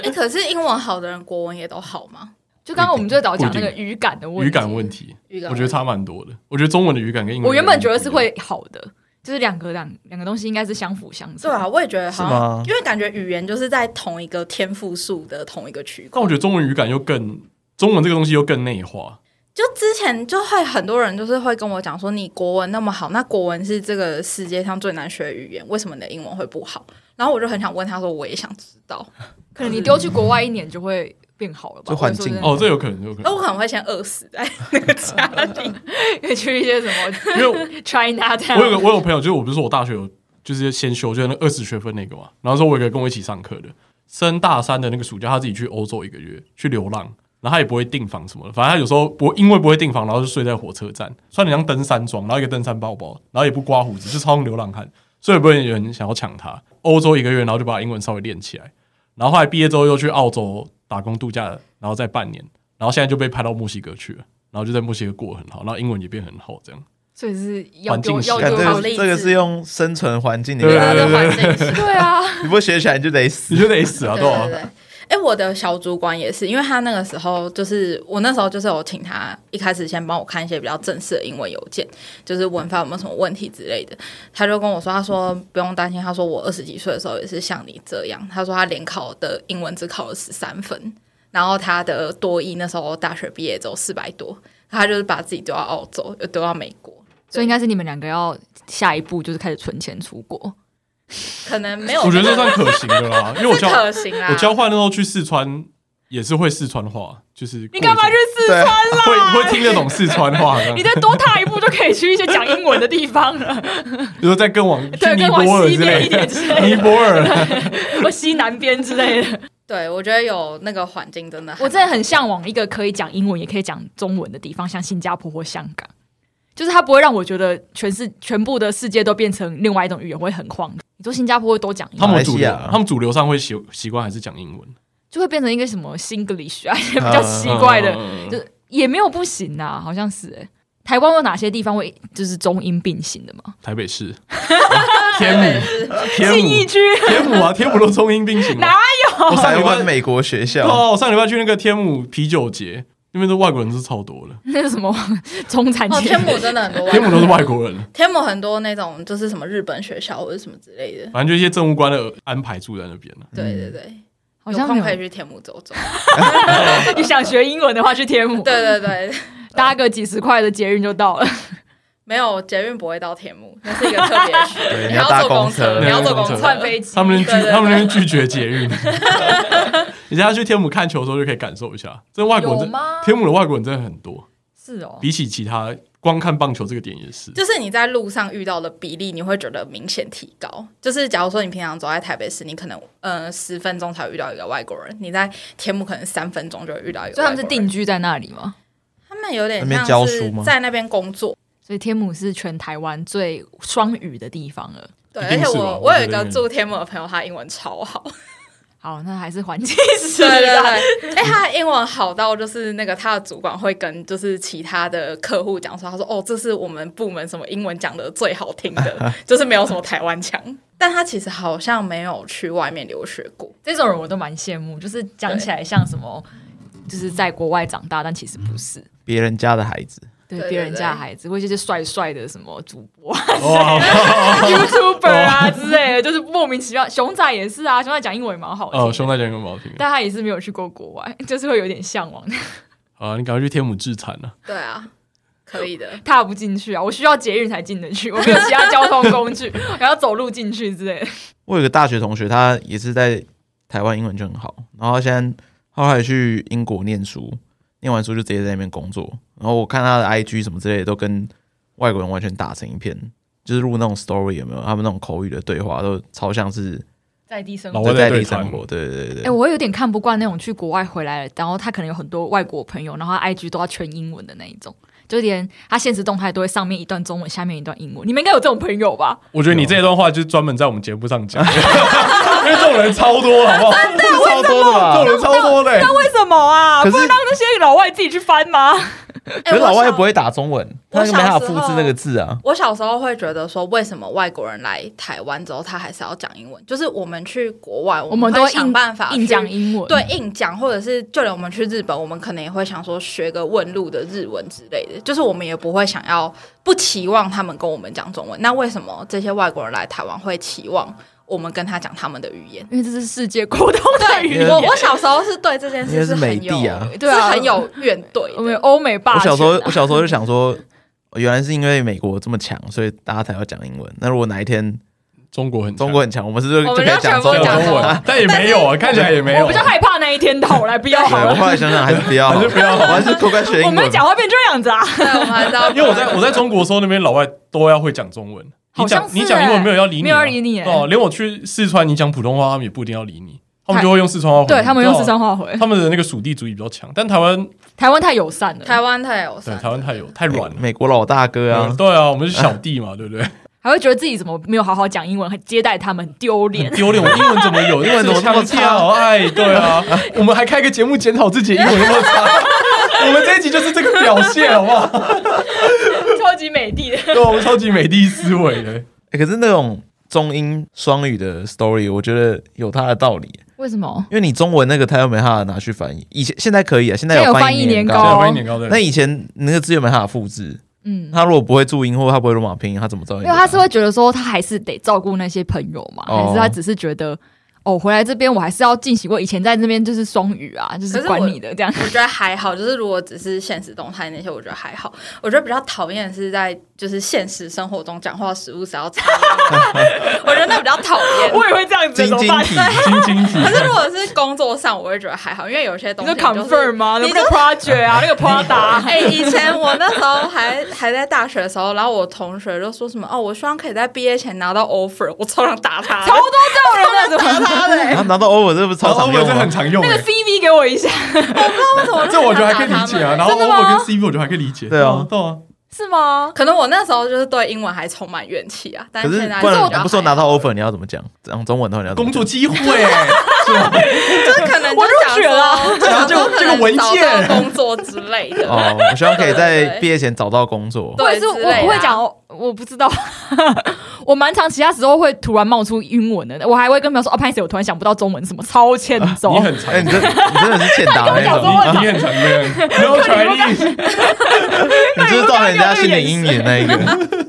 Speaker 1: 哎可是英文好的人，国文也都好吗？
Speaker 3: 就刚刚我们最早讲
Speaker 4: 不
Speaker 3: 那
Speaker 4: 一
Speaker 3: 个
Speaker 4: 定
Speaker 3: 语感的问题，
Speaker 4: 语感问题
Speaker 1: 语感问，题
Speaker 4: 我觉得差蛮多的。我觉得中文的语感跟英文，
Speaker 3: 我原本觉得是，会好的，就是两个两两个东西应该是相辅相成。
Speaker 1: 对啊，，我也觉得好
Speaker 2: 是
Speaker 1: 像
Speaker 2: 吗，
Speaker 1: 因为感觉语言就是在同一个天赋树的同一个区块
Speaker 4: 但我。觉得中文语感又更，中文这个东西又更内化。
Speaker 1: 就之前就会很多人就是会跟我讲说，你国文那么好，那国文是这个世界上最难学的语言，为什么你的英文会不好？然后我就很想问他说，我也想知道。
Speaker 3: 可能你丢去国外一年就会变好了吧？
Speaker 2: 就环境
Speaker 3: 或者说
Speaker 4: 哦，这有可能，这有可
Speaker 1: 那
Speaker 4: 能
Speaker 1: 我。可能会先饿死在那个家里。
Speaker 3: 是可以去一些什么
Speaker 4: 因为我
Speaker 3: <laughs> China
Speaker 4: 我有个
Speaker 3: Town，
Speaker 4: 我有朋友，就是我不是说我大学有就是先修，就是那二十学分那个嘛。然后说我有一个跟我一起上课的，升大三的那个暑假，他自己去欧洲一个月去流浪，然后他也不会订房什么的，反正他有时候不因为不会订房，然后就睡在火车站，穿的像登山装，然后一个登山包包，然后也不刮胡子，就超像流浪汉，所以不会有人想要抢他。欧洲一个月，然后就把英文稍微练起来，然后后来毕业之后又去澳洲打工度假了，然后再半年，然后现在就被派到墨西哥去了。然后就在墨西哥过得很好，然后英文也变很好，这样
Speaker 3: 所以是要
Speaker 4: 环境
Speaker 3: 丢要
Speaker 4: 哦
Speaker 2: 看
Speaker 3: 丢
Speaker 2: 这
Speaker 1: 好
Speaker 3: 到
Speaker 2: 个 <laughs>
Speaker 1: 励
Speaker 2: 这个
Speaker 1: 志
Speaker 2: 是用生存环境
Speaker 4: 对
Speaker 1: 对
Speaker 2: 的
Speaker 1: 啊，
Speaker 2: 压力，
Speaker 1: 就环境是
Speaker 3: 对啊，
Speaker 2: 你不学起来你就得 <laughs> 死
Speaker 4: 你。就得死啊，
Speaker 1: 对
Speaker 4: 对吧
Speaker 1: 对？对。哎、我的小主管也是，因为他那个时候就是我那时候就是有请他一开始先帮我看一些比较正式的英文邮件，就是文法有没有什么问题之类的。他就跟我说，他说不用担心，他说我二十几岁的时候也是像你这样。他说他联考的英文只考了十三分，然后他的多益那时候大学毕业只有四百多，他就是把自己丢到澳洲，又丢到美国。
Speaker 3: 所以应该是你们两个要下一步就是开始存钱出国，
Speaker 1: 可能没有，
Speaker 4: 我觉得这算可行的
Speaker 3: <laughs>
Speaker 4: 啦，因为我
Speaker 1: 是
Speaker 4: 交
Speaker 1: 可行
Speaker 3: 啊
Speaker 1: 啦。
Speaker 4: 我交换的时候去四川也是会四川话，就是
Speaker 3: 你干嘛去四
Speaker 2: 对
Speaker 3: 川？
Speaker 4: 会会听得懂四川话
Speaker 3: <laughs>
Speaker 4: 的？
Speaker 3: 你再多踏一步就可以去一些讲英文的地方了，
Speaker 4: 比如说再更往去
Speaker 3: 对，
Speaker 4: 尼
Speaker 3: 更
Speaker 4: 泊
Speaker 3: 往
Speaker 4: 尔
Speaker 3: 西
Speaker 4: 之
Speaker 3: 边一
Speaker 4: 类
Speaker 3: 点
Speaker 4: 的，
Speaker 3: 之类
Speaker 4: <laughs> 尼
Speaker 3: 的，
Speaker 4: 泊尔，
Speaker 3: 或西南边之类的。
Speaker 1: 对，我觉得有那个环境真的还，
Speaker 3: 我真的很向往一个可以讲英文也可以讲中文的地方，像新加坡或香港，就是它不会让我觉得全世全部的世界都变成另外一种语言，我会很慌。你说新加坡都讲英
Speaker 4: 他
Speaker 3: 文，
Speaker 4: 们主
Speaker 2: 马来西
Speaker 4: 流
Speaker 2: 亚
Speaker 4: 他们主流上会习习惯还是讲英文，
Speaker 3: 就会变成一个什么 Singlish
Speaker 4: <laughs>
Speaker 3: 啊，一些比较奇怪的，
Speaker 4: 嗯
Speaker 3: 就也没有不行啊，好像是、欸。台湾有哪些地方会就是中英并行的吗？
Speaker 4: 嗯台
Speaker 3: <laughs>
Speaker 4: 北市
Speaker 1: 台北
Speaker 4: 天母
Speaker 1: 是
Speaker 4: 天
Speaker 3: 信义
Speaker 4: 母
Speaker 3: 区 <laughs>
Speaker 4: 天母啊，天母都中英并行啊。
Speaker 3: 哪
Speaker 4: 我上
Speaker 2: 台
Speaker 4: 礼
Speaker 2: 湾
Speaker 4: 拜
Speaker 2: 美国学校，
Speaker 4: 哦，我上礼拜去那个天母啤酒节，那边的外国人是超多的，
Speaker 3: 那是什么 <laughs> 中产
Speaker 1: 哦，
Speaker 3: 阶级
Speaker 1: 天母真的很多外
Speaker 4: 天
Speaker 1: 国
Speaker 4: 母
Speaker 1: 人，
Speaker 4: 都是外国人，
Speaker 1: 天母很多那种就是什么日本学校或者什么之类的。
Speaker 4: 反正就一些政务官的安排住在那边了。
Speaker 1: 对对对，
Speaker 3: <laughs> 好
Speaker 1: 有
Speaker 3: 像
Speaker 1: 空可以
Speaker 3: 没
Speaker 1: 去天母走走。
Speaker 3: 有 <laughs> 你想学英文的话，去天母，
Speaker 1: 对对对， <laughs>
Speaker 3: 搭个几十块的捷运就到了。
Speaker 1: 没有捷运不会到天母，那是一个特别区。
Speaker 2: 对
Speaker 1: 你
Speaker 2: 你
Speaker 1: 要
Speaker 2: 要搭
Speaker 1: 坐
Speaker 2: 公
Speaker 1: 车，
Speaker 2: 车
Speaker 1: 你要坐公
Speaker 4: 对
Speaker 3: 换飞机
Speaker 4: 他们那边
Speaker 1: 对
Speaker 4: 拒
Speaker 1: 对
Speaker 4: 他们那边
Speaker 1: 对
Speaker 4: 拒绝捷运，人家去天母看球的时候就可以感受一下，这外国人
Speaker 3: 有
Speaker 4: 真
Speaker 3: 吗
Speaker 4: 天母的外国人真的很多，
Speaker 3: 是哦，
Speaker 4: 比起其他光看棒球这个点也是。
Speaker 1: 就是你在路上遇到的比例，你会觉得明显提高。就是假如说你平常走在台北市，你可能呃十分钟才会遇到一个外国人，你在天母可能三分钟就会遇到一个。
Speaker 3: 所以他们是定，居在那里吗？
Speaker 1: 他们有点
Speaker 2: 那边
Speaker 1: 像
Speaker 2: 教
Speaker 1: 是
Speaker 2: 书吗
Speaker 1: 在那边工作。
Speaker 3: 所以天母是全台湾最双语的地方了。
Speaker 1: 对，
Speaker 4: 一
Speaker 1: 而
Speaker 4: 定
Speaker 1: 且
Speaker 4: 是吧
Speaker 1: 我
Speaker 4: 我
Speaker 1: 我
Speaker 4: 觉
Speaker 1: 有一个
Speaker 4: 得应该
Speaker 1: 住天母的朋友，他英文超好。
Speaker 3: 好，那还是环境市
Speaker 1: 对对
Speaker 3: 啊。
Speaker 1: <laughs> 对，哎、他英文好到就是那个他的主管会跟就是其他的客户讲说，他说哦，这是我们部门什么英文讲的最好听 <laughs> 的，就是没有什么台湾腔。但他其实好像没有去外面留学过，
Speaker 3: 这种人我都蛮羡慕，就是讲起来像什么，就是在国外长大，但其实不是。
Speaker 2: 别人家的孩子，
Speaker 3: 对
Speaker 1: 对
Speaker 3: 别人家的
Speaker 1: 对
Speaker 3: 孩子，或者是帅帅的什么主播、啊 <laughs>
Speaker 4: 哇，
Speaker 3: 哦 YouTuber 啊之类的，就是莫名其妙。熊仔也是啊，熊仔讲英文也蛮好听的
Speaker 4: 哦，熊大讲有不好听
Speaker 3: 但他也是没有去过国外， <laughs> 就是会有点向往，
Speaker 4: 啊！你赶快去天母自产啊！
Speaker 1: 对啊，可以的。
Speaker 3: 踏不进去啊。我需要捷运才进得去，我没有其他交通工具， <laughs> 我要走路进去之类的。
Speaker 2: 我有个大学同学，他也是在台湾英文就很好，然后他现在后来去英国念书，念完书就直接在那边工作。然后我看他的 IG 什么之类的，都跟外国人完全打成一片，就是录那种 story 有没有？他们那种口语的对话都超像是
Speaker 3: 在地生
Speaker 4: 老
Speaker 3: 活。
Speaker 4: 外在
Speaker 2: 哦在
Speaker 4: 对
Speaker 2: 地
Speaker 4: 谈
Speaker 2: 生活。对对对
Speaker 3: 哎、
Speaker 2: 对，
Speaker 3: 我有点看不惯那种去国外回来了，然后他可能有很多外国朋友，然后他 IG 都要全英文的那一种，就连他现实动态都会上面一段中文，下面一段英文。你们应该有这种朋友吧？
Speaker 4: 我觉得你这段话就是专门在我们节目上讲， <laughs> 因为这种人超多，好不好？
Speaker 2: 超多的
Speaker 4: 这种
Speaker 2: 吧？
Speaker 4: 人超多的欸。
Speaker 3: 那为什么啊？
Speaker 2: 可
Speaker 3: 不
Speaker 2: 是
Speaker 3: 是让那些老外自己去翻吗？
Speaker 1: 哎
Speaker 2: 可是老外又
Speaker 1: 我
Speaker 2: 不会打中文，他那个没办法复制那个字啊。
Speaker 1: 我小时候会觉得说，为什么外国人来台湾之后，他还是要讲英文？就是我们去国外，
Speaker 3: 我
Speaker 1: 们
Speaker 3: 们都
Speaker 1: 会想
Speaker 3: 硬
Speaker 1: 办法
Speaker 3: 硬
Speaker 1: 去
Speaker 3: 讲英文，
Speaker 1: 对，硬讲，或者是就连我们去日本，我们可能也会想说学个问路的日文之类的，就是我们也不会想要不期望他们跟我们讲中文。那为什么这些外国人来台湾会期望我们跟他讲他们的语言？
Speaker 3: 因为这是世界沟通的语
Speaker 2: 因
Speaker 3: 言
Speaker 2: 为
Speaker 1: 我。我小时候是对这件
Speaker 2: 因
Speaker 1: 事
Speaker 2: 为是美
Speaker 1: 很有
Speaker 2: 帝啊
Speaker 3: 对啊
Speaker 1: 是很有怨怼
Speaker 3: 我们有
Speaker 1: 的。
Speaker 3: 欧美霸
Speaker 2: 我
Speaker 3: 权、
Speaker 2: 小
Speaker 3: 啊。
Speaker 2: 时候，我小时候就想说，哦原来是因为美国这么强，所以大家才要讲英文。那如果哪一天
Speaker 4: 中国很强
Speaker 2: 中国很强，我们是不是
Speaker 1: 我
Speaker 2: 就可
Speaker 1: 们
Speaker 2: 以
Speaker 1: 就全
Speaker 2: 讲
Speaker 1: 部
Speaker 2: 中
Speaker 4: 讲
Speaker 2: 文？
Speaker 1: 讲
Speaker 4: 中
Speaker 1: 中
Speaker 4: 文
Speaker 1: 文，
Speaker 4: 但也没有啊，看起来也没有
Speaker 3: 我比较
Speaker 4: 啊。
Speaker 3: 害怕那一天到来，不要好
Speaker 2: 对，我
Speaker 3: 了。
Speaker 2: 后来想想还是不要好
Speaker 4: 还是
Speaker 2: 了，
Speaker 4: 不要好
Speaker 2: 我还是乖乖学
Speaker 3: 我
Speaker 2: 英
Speaker 3: 们
Speaker 2: 文吧
Speaker 3: 讲。话变这样子啊？
Speaker 1: 对，我们还是要
Speaker 4: <laughs> 因为我在我在中国的时候，那边老外都要会讲中文。你
Speaker 3: 好像
Speaker 4: 讲
Speaker 3: 是
Speaker 4: 你讲英文没有人要理你啊，
Speaker 3: 没有人理你欸
Speaker 4: 哦。连我去四川，你讲普通话，他们也不一定要理你，他们就会用四川话回你。
Speaker 3: 对他们用四川话
Speaker 4: 话，
Speaker 3: 回，
Speaker 4: 他们的那个属地主义比较强，但台湾
Speaker 3: 台湾太友善了。
Speaker 1: 台湾太友
Speaker 4: 对
Speaker 3: 啊
Speaker 1: 善，
Speaker 4: 台湾太有太
Speaker 2: 美
Speaker 4: 软了。
Speaker 2: 美国老大哥啊，
Speaker 4: 对啊，我们是小弟嘛，对不对？
Speaker 3: 还会觉得自己怎么没有好好讲英文，还接待他们很丢 <laughs> 脸。
Speaker 4: 丢脸，我英文怎么啊 <laughs> 有？英文怎么那么差？哎，对啊，我们还开个节目检讨自己的英文有没有 <laughs> 差。我们这一集就是这个表现，好不好？
Speaker 3: 超级美的，
Speaker 4: 对，我们超级美的思维的。
Speaker 2: 欸可是那种中英双语的 story，我觉得有它的道理，
Speaker 3: 为什么？
Speaker 2: 因为你中文那个他又没办法拿去翻译，以前现在可以啊，现在
Speaker 3: 现在有
Speaker 2: 翻
Speaker 3: 翻译
Speaker 2: 年
Speaker 3: 年
Speaker 4: 对
Speaker 3: 哦
Speaker 4: 欢迎年糕的。
Speaker 2: 那以前那个字又没办法复制，
Speaker 3: 嗯，
Speaker 2: 他如果不会注音或他不会罗马拼音，他怎么知哦道你
Speaker 3: 因
Speaker 2: 在
Speaker 3: 为
Speaker 2: 哪？
Speaker 3: 他是会觉得说他还是得照顾那些朋友嘛，
Speaker 2: 哦
Speaker 3: 还是他只是觉得哦，回来这边我还是要进行我以前在这边就是双语啊，就
Speaker 1: 可
Speaker 3: 是
Speaker 1: 是我
Speaker 3: 管你的这样。
Speaker 1: 我觉得还好，就是如果只是现实动态那些，我觉得还好。我觉得比较讨厌的是在就是现实生活中讲话时不时要插英文， <laughs> <laughs> 我觉得那比较讨厌。
Speaker 3: 也会这样
Speaker 2: 晶晶体，
Speaker 4: 晶晶体，
Speaker 1: 可是如果是工作上，我会觉得还好，因为有些东
Speaker 3: 你
Speaker 1: 西、
Speaker 3: 说
Speaker 1: 就是、
Speaker 3: confirm 吗？
Speaker 1: 你
Speaker 3: 那
Speaker 1: 就
Speaker 3: 个
Speaker 2: <laughs>
Speaker 3: project 啊，那
Speaker 1: <laughs>
Speaker 3: 个 product，
Speaker 1: 哎、以前我那时候还还在大学的时候，然后我同学就说什么哦，我希望可以在毕业前拿到 offer，我超想打他的，
Speaker 3: 超多这种人的，
Speaker 1: 他的、
Speaker 2: 他拿到 over 这不是超
Speaker 4: 超
Speaker 2: 常
Speaker 4: 常
Speaker 2: 用
Speaker 4: 这
Speaker 2: 吗
Speaker 4: 很？常用啊
Speaker 3: 那个
Speaker 4: 欸。
Speaker 3: CV 给我
Speaker 1: <laughs>
Speaker 3: 一下，
Speaker 1: 为什么？
Speaker 4: <laughs> 这我觉得还可以理解啊，然后
Speaker 3: 真的吗
Speaker 4: over 跟 CV 我觉得还可以理解，
Speaker 2: 对啊
Speaker 4: 对啊，
Speaker 3: 是吗？
Speaker 1: 可能我那时候就是对英文还充满怨气啊，但
Speaker 2: 可是
Speaker 1: 现在
Speaker 2: 不然
Speaker 1: 就
Speaker 2: 你不是说拿到 offer 你要怎么讲？讲中文的话你要怎么讲
Speaker 4: 工
Speaker 2: <laughs>
Speaker 4: 作机会欸，是吧？
Speaker 1: 就是 <laughs> 可能就想
Speaker 3: 我入学了
Speaker 1: 说，想说
Speaker 4: 这个这个文件
Speaker 1: 可能找到工作之类的。
Speaker 2: 哦，我希望可
Speaker 1: 对对
Speaker 2: 以在
Speaker 1: 对
Speaker 2: 毕业前找到工作。
Speaker 1: 对
Speaker 3: 或者是我
Speaker 1: 之类的啊
Speaker 3: 不会讲，我我不知道。 <laughs> 我蛮常其他时候会突然冒出英文的，我还会跟朋友说：“哦，拍谁？我突然想不到中文，什么超欠揍。
Speaker 4: 你很常
Speaker 2: 哎，，你真哎你真的是欠打的那
Speaker 3: 他跟我讲中文
Speaker 2: 种，
Speaker 4: 你你很常这样，No
Speaker 2: 啊
Speaker 4: Chinese，
Speaker 2: 你就是造成人家心理阴影的那一个。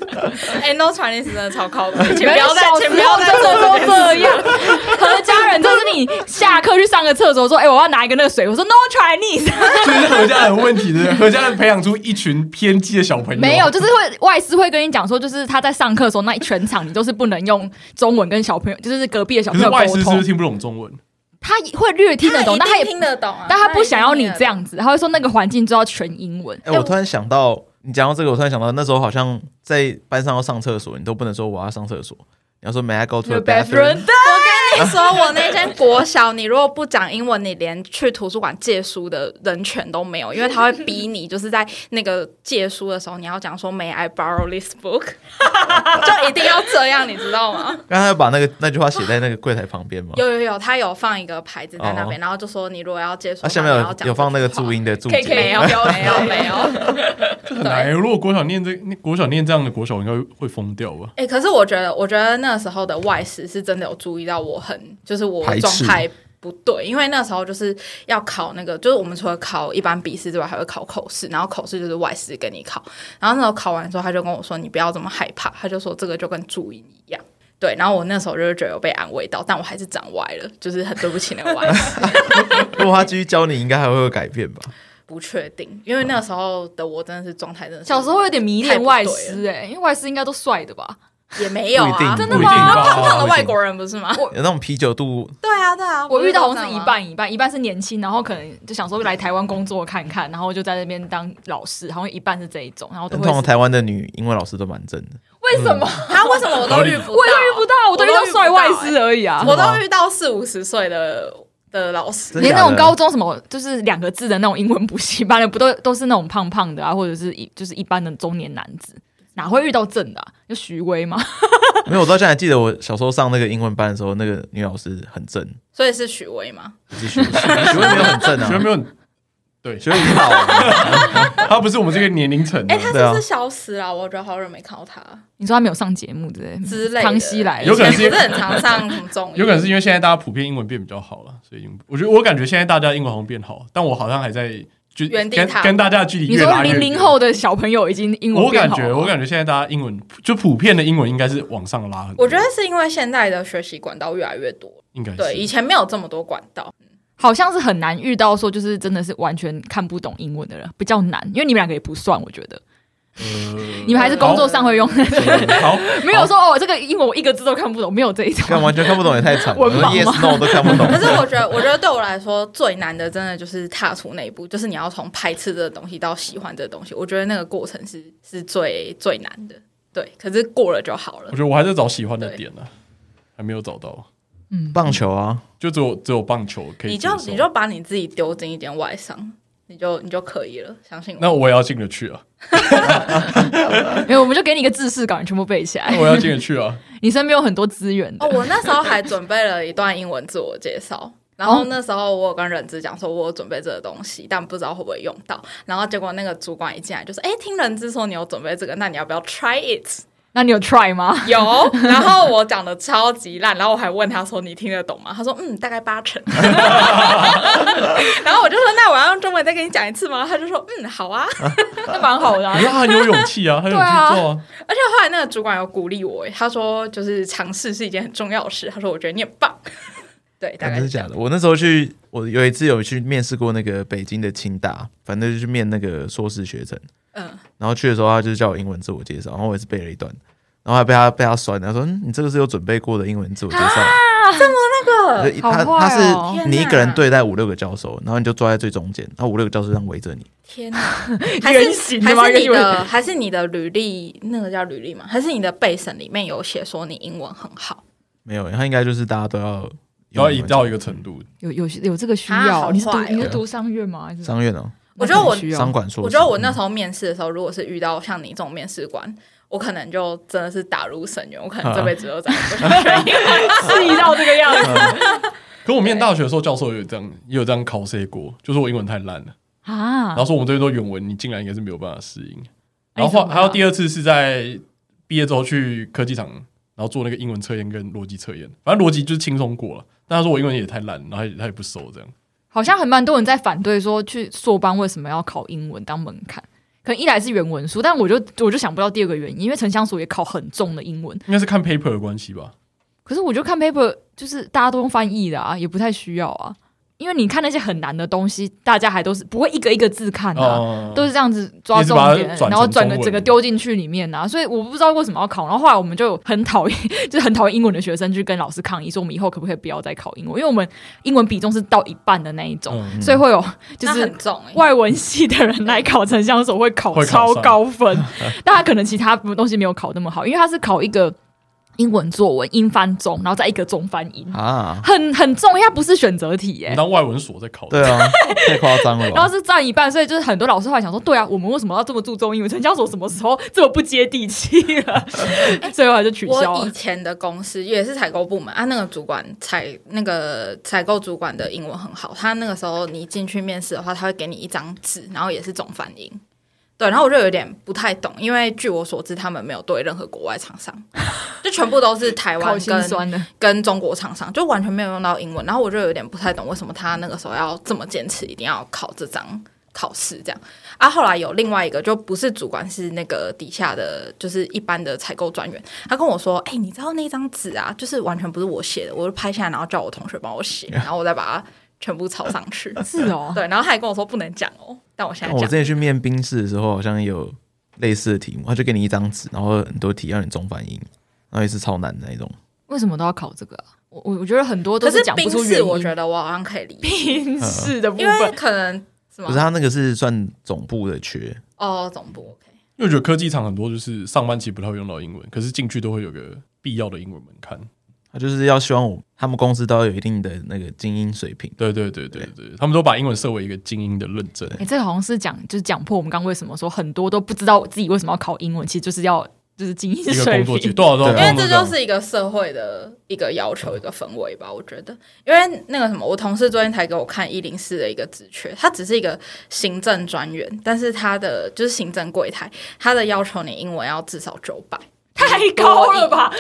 Speaker 1: 哎，no Chinese 真的超靠谱，请
Speaker 3: 不
Speaker 1: 不
Speaker 3: 要
Speaker 1: 要再，
Speaker 3: 小时
Speaker 1: 请
Speaker 3: 候
Speaker 1: 不要再
Speaker 3: 真
Speaker 1: 做
Speaker 3: 的
Speaker 1: 这
Speaker 3: 都
Speaker 1: 件事
Speaker 3: 这样。和家人就是你下课去上个厕所，说：“哎、我要拿一个那个水。”我说：“No Chinese。
Speaker 4: 这是何家人问题的，何家人培养出一群偏激的小朋
Speaker 3: <laughs>
Speaker 4: 友，
Speaker 3: 没有，就是会外师会跟你讲说，就是他在上课的时候，那一全场你都是不能用中文跟小朋友，就是隔壁的小
Speaker 4: 可
Speaker 3: 朋
Speaker 4: 是
Speaker 3: 友
Speaker 4: 外师
Speaker 3: 沟
Speaker 4: 是不是
Speaker 3: 通。
Speaker 4: 听不懂中文？
Speaker 3: 他会略听得懂，但他
Speaker 1: 一
Speaker 3: 也
Speaker 1: 定听得懂啊，
Speaker 3: 但他不想要你这
Speaker 1: 一定
Speaker 3: 样子，他会说那个环境就要全英文。
Speaker 2: 哎，我突然想到，你讲到这个，我突然想到那时候好像在班上要上厕所，你都不能说我要上厕所，你要说 May I go to the bathroom？
Speaker 1: 听得懂。你说我那间国小，你如果不讲英文，你连去图书馆借书的人权都没有，因为他会逼你，就是在那个借书的时候，你要讲说 May I borrow this book，就一定要这样，你知道吗？
Speaker 2: 刚才把那个那句话写在那个柜台旁
Speaker 1: <laughs>
Speaker 2: 边嘛，
Speaker 1: 有有有，他有放一个牌子在那边，然后就说你如果要接触，
Speaker 2: 啊，下面
Speaker 1: 然后
Speaker 2: 有
Speaker 1: 讲
Speaker 2: 有放哦那个
Speaker 1: 这句话
Speaker 2: 注音的注
Speaker 1: 可以可以没
Speaker 2: 解。
Speaker 1: 有没有没
Speaker 2: <laughs>
Speaker 1: 有没有。
Speaker 4: 很难欸。如果国小念这国小念这样的国小，我应该会疯掉吧？
Speaker 1: 哎、可是我觉得，我觉得那时候的外事是真的有注意到我很，就是我
Speaker 2: 排斥
Speaker 1: 状态不对，因为那时候就是要考那个，就是我们除了考一般笔试之外，还会考口试，然后口试就是外事跟你考，然后那时候考完之后，他就跟我说你不要这么害怕，他就说这个就跟注音一样。对，然后我那时候就是觉得有被安慰到，但我还是长歪了，就是很对不起那个外事。
Speaker 2: 如果他继续教你，应该还会有改变吧？
Speaker 1: 不确定，因为那时候的我真的是状态真的是
Speaker 3: 小时候有点迷恋外师哎、因为外师应该都帅的吧？
Speaker 1: 也没有
Speaker 2: 不一定
Speaker 1: 啊，
Speaker 2: 真
Speaker 4: 的吗不一定吧
Speaker 1: 胖胖的外国人不是吗？
Speaker 2: 有那种啤酒肚，
Speaker 1: 对啊，对啊，
Speaker 3: 我遇到好
Speaker 1: 不
Speaker 3: 像是
Speaker 1: 这
Speaker 3: 一
Speaker 1: 样吗。
Speaker 3: 半一半，一半是年轻，然后可能就想说来台湾工作看看，然后就在那边当老师，好像一半是这一种，然后都
Speaker 2: 通
Speaker 3: 会
Speaker 2: 常
Speaker 3: 是嗯
Speaker 2: 台湾的女英文老师都蛮正的。
Speaker 3: 为什么？
Speaker 1: <laughs> 他为什么我都遇不到？
Speaker 3: 我也遇不到，我都遇到帅外
Speaker 1: 我都遇不
Speaker 3: 师
Speaker 1: 到
Speaker 3: 而已啊
Speaker 1: 欸，。我都遇到四五十岁的的老师
Speaker 2: 真。
Speaker 3: 连
Speaker 2: 假的
Speaker 3: 那种高中什么就是两个字的那种英文补习班的，不都都是那种胖胖的啊，或者是一就是一般的中年男子，哪会遇到正的、啊？就徐威嘛，
Speaker 2: 没有，我到现在还记得我小时候上那个英文班的时候，那个女老师很正，
Speaker 1: 所以是许巍吗？
Speaker 2: 继续 <laughs> 学位没有很正啊，
Speaker 1: <laughs>
Speaker 4: 学妹没有很，对，
Speaker 2: 学位很好啊，
Speaker 4: 他不是我们这个年龄层的
Speaker 1: 哎、，他
Speaker 2: 对
Speaker 1: 是
Speaker 2: 啊
Speaker 1: 不是消失了？我觉得好久没看到他
Speaker 3: 你说他没有上节目之类的
Speaker 1: 之类的。
Speaker 3: 康熙来了
Speaker 4: 有可能是
Speaker 1: 以前不是很常上什么综艺，
Speaker 4: <laughs> 有可能是因为现在大家普遍英文变比较好了，所以我觉得我感觉现在大家英文好像变好，但我好像还在就
Speaker 1: 原地
Speaker 4: 跟
Speaker 1: 踏步
Speaker 4: 跟大家的距离
Speaker 3: 你
Speaker 4: 越
Speaker 3: 说
Speaker 4: 拉
Speaker 3: 零
Speaker 4: 越远。
Speaker 3: 零后的小朋友已经英文
Speaker 4: 我
Speaker 3: 变
Speaker 4: 感
Speaker 3: 好
Speaker 4: 觉，我
Speaker 3: 了，
Speaker 4: 感觉现在大家英文就普遍的英文应该是往上拉很多，
Speaker 1: 我觉得是因为现在的学习管道越来越多，
Speaker 4: 应该是
Speaker 1: 对，以前没有这么多管道。
Speaker 3: 好像是很难遇到说就是真的是完全看不懂英文的人，比较难，因为你们两个也不算，我觉得
Speaker 4: 呃
Speaker 3: 你们还是工作上会用，
Speaker 4: 好，好
Speaker 3: <laughs> 没有说哦这个英文我一个字都看不懂，没有这一
Speaker 2: 看
Speaker 3: <laughs> 种。
Speaker 2: 完全看不懂也太惨了，我
Speaker 3: 文
Speaker 2: 说
Speaker 3: 盲
Speaker 2: yes no 都看不
Speaker 1: <laughs>
Speaker 2: 懂
Speaker 1: 可。是我觉得，我觉得对我来说最难的，真的就是踏出那一步，就是你要从排斥这个东西到喜欢这个东西，我觉得那个过程是是最最难的。对，可是过了就好了
Speaker 4: 我觉。得我还在找喜欢的点呢、啊还没有找到，
Speaker 2: 棒球啊，
Speaker 4: 就只有只有棒球可以
Speaker 1: 你
Speaker 4: 接
Speaker 1: 就
Speaker 4: 受。
Speaker 1: 你就把你自己丢进一点外伤，你就你就可以了，相信
Speaker 4: 那
Speaker 1: 我。
Speaker 4: 我也要进得去啊，
Speaker 3: 没有，我们就给你一个制式稿，你全部背起来
Speaker 4: 那。我要
Speaker 3: <laughs>
Speaker 4: 进得去啊，
Speaker 3: 你身边有很多资源的
Speaker 1: 哦，我那时候还准备了一段英文自我介绍，然后那时候我有跟人资讲说，我有准备这个东西，但不知道会不会用到。然后结果那个主管一进来就说：“哎，听人资说你有准备这个，那你要不要 try it？”
Speaker 3: 那你有 try 吗？
Speaker 1: 有，然后我讲的超级烂，然后我还问他说：“你听得懂吗？”他说：“嗯，大概八成。” <laughs> 然后我就说：“那我要用中文再跟你讲一次吗？”他就说：“嗯，好啊。”
Speaker 3: <laughs> 那蛮好的、啊
Speaker 4: 你。看他很有勇气啊，他有勇气做啊，
Speaker 1: <laughs> 而且后来那个主管有鼓励我，他说：“就是尝试是一件很重要的事。”他说：“我觉得你很棒。”对，大概
Speaker 2: 真的
Speaker 1: 是
Speaker 2: 是假的？我那时候去，我有一次有去面试过那个北京的清大，反正就去面那个硕士学程。
Speaker 1: 嗯，
Speaker 2: 然后去的时候，他就是叫我英文自我介绍，然后我也是背了一段，然后还被他被他酸，他说、嗯：“你这个是有准备过的英文自我介绍。
Speaker 1: 啊那
Speaker 2: 就
Speaker 1: 个
Speaker 2: 一
Speaker 3: 好
Speaker 2: 他
Speaker 3: 坏哦
Speaker 2: 他是你一
Speaker 1: 天
Speaker 2: 个
Speaker 1: 哪
Speaker 2: 人对待五六个教授，然后你就坐在最中间，然后五六个教授这样围着你，
Speaker 1: 天
Speaker 3: <laughs>
Speaker 1: 哪，还是
Speaker 3: 原型的
Speaker 1: 还
Speaker 3: 吗
Speaker 1: 是你
Speaker 3: 原
Speaker 1: 的
Speaker 3: 型
Speaker 1: 还是你的履历，那个叫履历吗？还是你的备审里面有写说你英文很好？
Speaker 2: 没有，他应该就是大家都要
Speaker 4: 然后一到一个程度，
Speaker 3: 有有有这个需
Speaker 1: 啊
Speaker 3: 要？
Speaker 1: 好
Speaker 3: 你是读
Speaker 1: 坏哦
Speaker 3: 你是读商院吗？还是
Speaker 2: 商院哦，
Speaker 1: 我觉得我
Speaker 3: 那很需要 <laughs>
Speaker 2: 商管硕士，
Speaker 1: 我觉得我
Speaker 3: 嗯
Speaker 1: 那时候面试的时候，如果是遇到像你这种面试官，我可能就真的是打入深渊，我可能
Speaker 3: 啊
Speaker 1: 这辈子都在
Speaker 3: <laughs>
Speaker 1: 英文
Speaker 3: 试到这个样子
Speaker 4: 可我念大学的时候，教授也有这样也有这样考 C 过，就是我英文太烂了，
Speaker 3: <laughs> 啊
Speaker 4: 然？后说我们这边都原文，你进来应该是没有办法适应。
Speaker 3: 那你
Speaker 4: 然后后
Speaker 3: 怎么啊
Speaker 4: 还有
Speaker 3: 办
Speaker 4: 第二次是在毕业之后去科技厂，然后做那个英文测验跟逻辑测验，反正逻辑就是轻松过了。但他说我英文也太烂，然后他也他也不熟这样。
Speaker 3: 好像很蛮多人在反对说去硕班为什么要考英文当门槛。可能一来是原文书，但我就我就想不到第二个原因，因为城乡所也考很重的英文，
Speaker 4: 应该是看 paper 的关系吧？
Speaker 3: 可是我就看 paper，就是大家都用翻译的啊，也不太需要啊，因为你看那些很难的东西，大家还都是不会一个一个字看啊，
Speaker 4: 哦，
Speaker 3: 都是这样子抓重
Speaker 4: 一直
Speaker 3: 点
Speaker 4: 把它转，成
Speaker 3: 然后整
Speaker 4: 中
Speaker 3: 个
Speaker 4: 文
Speaker 3: 整个丢进去里面啊，所以我不知道为什么要考。然后后来我们就很讨厌， <laughs> 就是很讨厌英文的学生去跟老师抗议，说我们以后可不可以不要再考英文，因为我们英文比重是到一半的那一种，
Speaker 4: 嗯
Speaker 3: 所以会有就
Speaker 1: 那
Speaker 3: 是
Speaker 1: 很重哎、
Speaker 3: <laughs> 外文系的人来考城乡所会考
Speaker 4: 会考
Speaker 3: 超
Speaker 4: 上
Speaker 3: 高分， <laughs> 但他可能其他东西没有考那么好，因为他是考一个英文作文英翻中，然后再一个中翻英，
Speaker 2: 啊，
Speaker 3: 很很重，因为它不是选择题耶、
Speaker 4: 你当外文所在考的，
Speaker 2: 对啊，太夸张了
Speaker 3: 然
Speaker 2: 吧？
Speaker 3: 后是占一半，所以就是很多老师后来想说，对啊，我们为什么要这么注重英文？城乡所什么时候这么不接地气
Speaker 4: <laughs>
Speaker 3: 了？所以后来就取消
Speaker 1: 我以
Speaker 3: 了。
Speaker 1: 前的公司也是采购部门啊，那个主管采那个采购主管的英文很好，他那个时候你进去面试的话，他会给你一张纸，然后也是总翻英。对，然后我就有点不太懂，因为据我所知，他们没有对任何国外厂商，就全部都是台
Speaker 3: 考
Speaker 1: 湾
Speaker 3: 心
Speaker 1: 跟
Speaker 3: 酸的，
Speaker 1: 跟中国厂商，就完全没有用到英文。然后我就有点不太懂为什么他那个时候要这么坚持，一定要考这张考试这样。啊，后来有另外一个就不是主管，是那个底下的就是一般的采购专员，他跟我说：“哎、你知道那张纸啊，就是完全不是我写的，我就拍下来，然后叫我同学帮我写，然后我再把它全部抄上去。”
Speaker 3: <laughs> 是哦，
Speaker 1: 对，然后他还跟我说不能讲哦，但我现在
Speaker 2: 我
Speaker 1: 讲
Speaker 2: 之。前去面冰室的时候，好像有类似的题目，他就给你一张纸，然后很多题让你中翻英，然后也是超难的那一种。
Speaker 3: 为什么都要考这个、啊？我我我觉得很多都
Speaker 1: 可是
Speaker 3: 讲不
Speaker 1: 冰
Speaker 3: 出原
Speaker 1: 室，
Speaker 3: 因。
Speaker 1: 我觉得我好像可以理解，
Speaker 3: <laughs> 冰室的部
Speaker 1: 因为
Speaker 3: 分，
Speaker 1: 可能什
Speaker 2: 可是
Speaker 1: 么
Speaker 2: 他那个是算总部的缺，
Speaker 1: 哦，总部 OK。
Speaker 4: 因为我觉得科技厂很多就是上班其实不太会用到英文，可是进去都会有个必要的英文门槛。
Speaker 2: 他就是要希望我他们公司都要有一定的那个精英水平。
Speaker 4: 对对对对对，他们都把英文设为一个精英的认证。
Speaker 3: 哎、这个好像是讲，就是讲破我们刚刚为什么说很多都不知道自己为什么要考英文，其实就是要就是精英
Speaker 4: 一个
Speaker 3: 水
Speaker 4: 工作
Speaker 3: 平
Speaker 4: 机，多少多少，
Speaker 1: 因
Speaker 2: 对
Speaker 1: 为这就是一个社会的一个要求，一个氛围吧。我觉得，因为那个什么，我同事昨天才给我看一零四的一个职缺，他只是一个行政专员，但是他的就是行政柜台，他的要求你英文要至少九百，
Speaker 3: 太高了吧？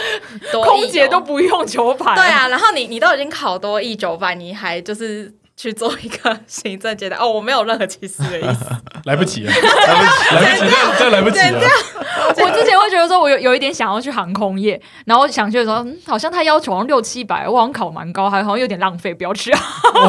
Speaker 1: 多
Speaker 3: 空
Speaker 1: 译
Speaker 3: 姐
Speaker 1: 哦
Speaker 3: 都不用球牌、
Speaker 1: 对，啊。然后你你都已经考多一九百，你还就是去做一个行政接待哦，我没有任何歧视的意思。
Speaker 4: 来不及了，来不及，这这来不及了。
Speaker 3: 我之前会觉得说，我有有一点想要去航空业，然后想去的时候，嗯、好像他要求好像六七百，我好像考蛮高，还好像有点浪费，不要去啊。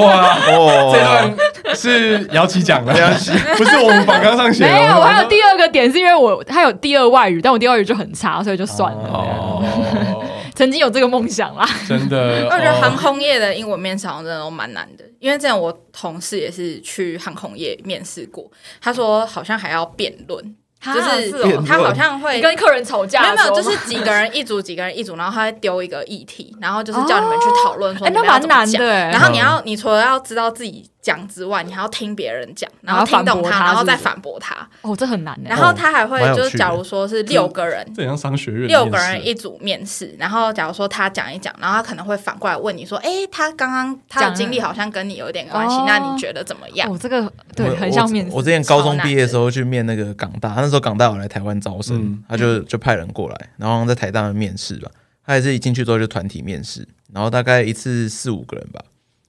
Speaker 4: 哇，
Speaker 2: 哦
Speaker 4: 这段是姚琦讲的，姚琦 <laughs> 不是我们榜纲上写的。
Speaker 3: 没有，
Speaker 4: 啊我
Speaker 3: 我
Speaker 4: 们
Speaker 3: 还有第二个点是因为我他有第二外语，但我第二外语就很差，所以就算了。
Speaker 4: 哦，
Speaker 3: 曾经有这个梦想啦，
Speaker 4: <laughs> 真的，
Speaker 1: <laughs> 我觉得航
Speaker 4: 哦
Speaker 1: 空业的英文面试好像真的都蛮难的，因为之前我同事也是去航空业面试过，他说好像还要辩论，啊就是
Speaker 2: 哦辩论
Speaker 1: 他好像会
Speaker 3: 你跟客人吵架
Speaker 1: 没有没
Speaker 3: 的时候
Speaker 1: 有，
Speaker 3: 吗，
Speaker 1: 就是几个人一组，几个人一组，然后他会丢一 <laughs> 个议题，然后就是叫你们去讨论说
Speaker 3: 哎，
Speaker 1: 你
Speaker 3: 那
Speaker 1: 们要
Speaker 3: 蛮
Speaker 1: 怎么
Speaker 3: 难
Speaker 1: 讲。
Speaker 2: 嗯
Speaker 3: 的、欸
Speaker 1: 然。后你要，你除了要知道自己讲之外，你还要听别人讲，然
Speaker 3: 然
Speaker 1: 后
Speaker 3: 后
Speaker 1: 听懂
Speaker 3: 反驳
Speaker 1: 他，
Speaker 3: 他
Speaker 1: 然后
Speaker 3: 是不
Speaker 1: 再
Speaker 3: 是
Speaker 1: 反驳他。
Speaker 3: 哦，这很难呢
Speaker 1: 然。后他还会
Speaker 2: 哦蛮有
Speaker 1: 就是，
Speaker 2: 趣的
Speaker 1: 假如说是六个人，
Speaker 4: 这很像商学院的
Speaker 1: 六个
Speaker 4: 面试
Speaker 1: 人一组面试，然后假如说他讲一讲，然后他可能会反过来问你说：“哎，他刚刚他的
Speaker 3: 讲了
Speaker 1: 经历好像跟你有点关系
Speaker 3: 哦，
Speaker 1: 那你觉得怎么样
Speaker 3: 哦，这个对
Speaker 2: 我，
Speaker 3: 很像面试
Speaker 2: 我。我之前高中毕业的时候去面那个港大，他那时候港大有来台湾招生，
Speaker 4: 嗯
Speaker 2: 他就就派人过来，然后好像在台大面试吧。他也是一进去之后就团体面试，然后大概一次四五个人吧。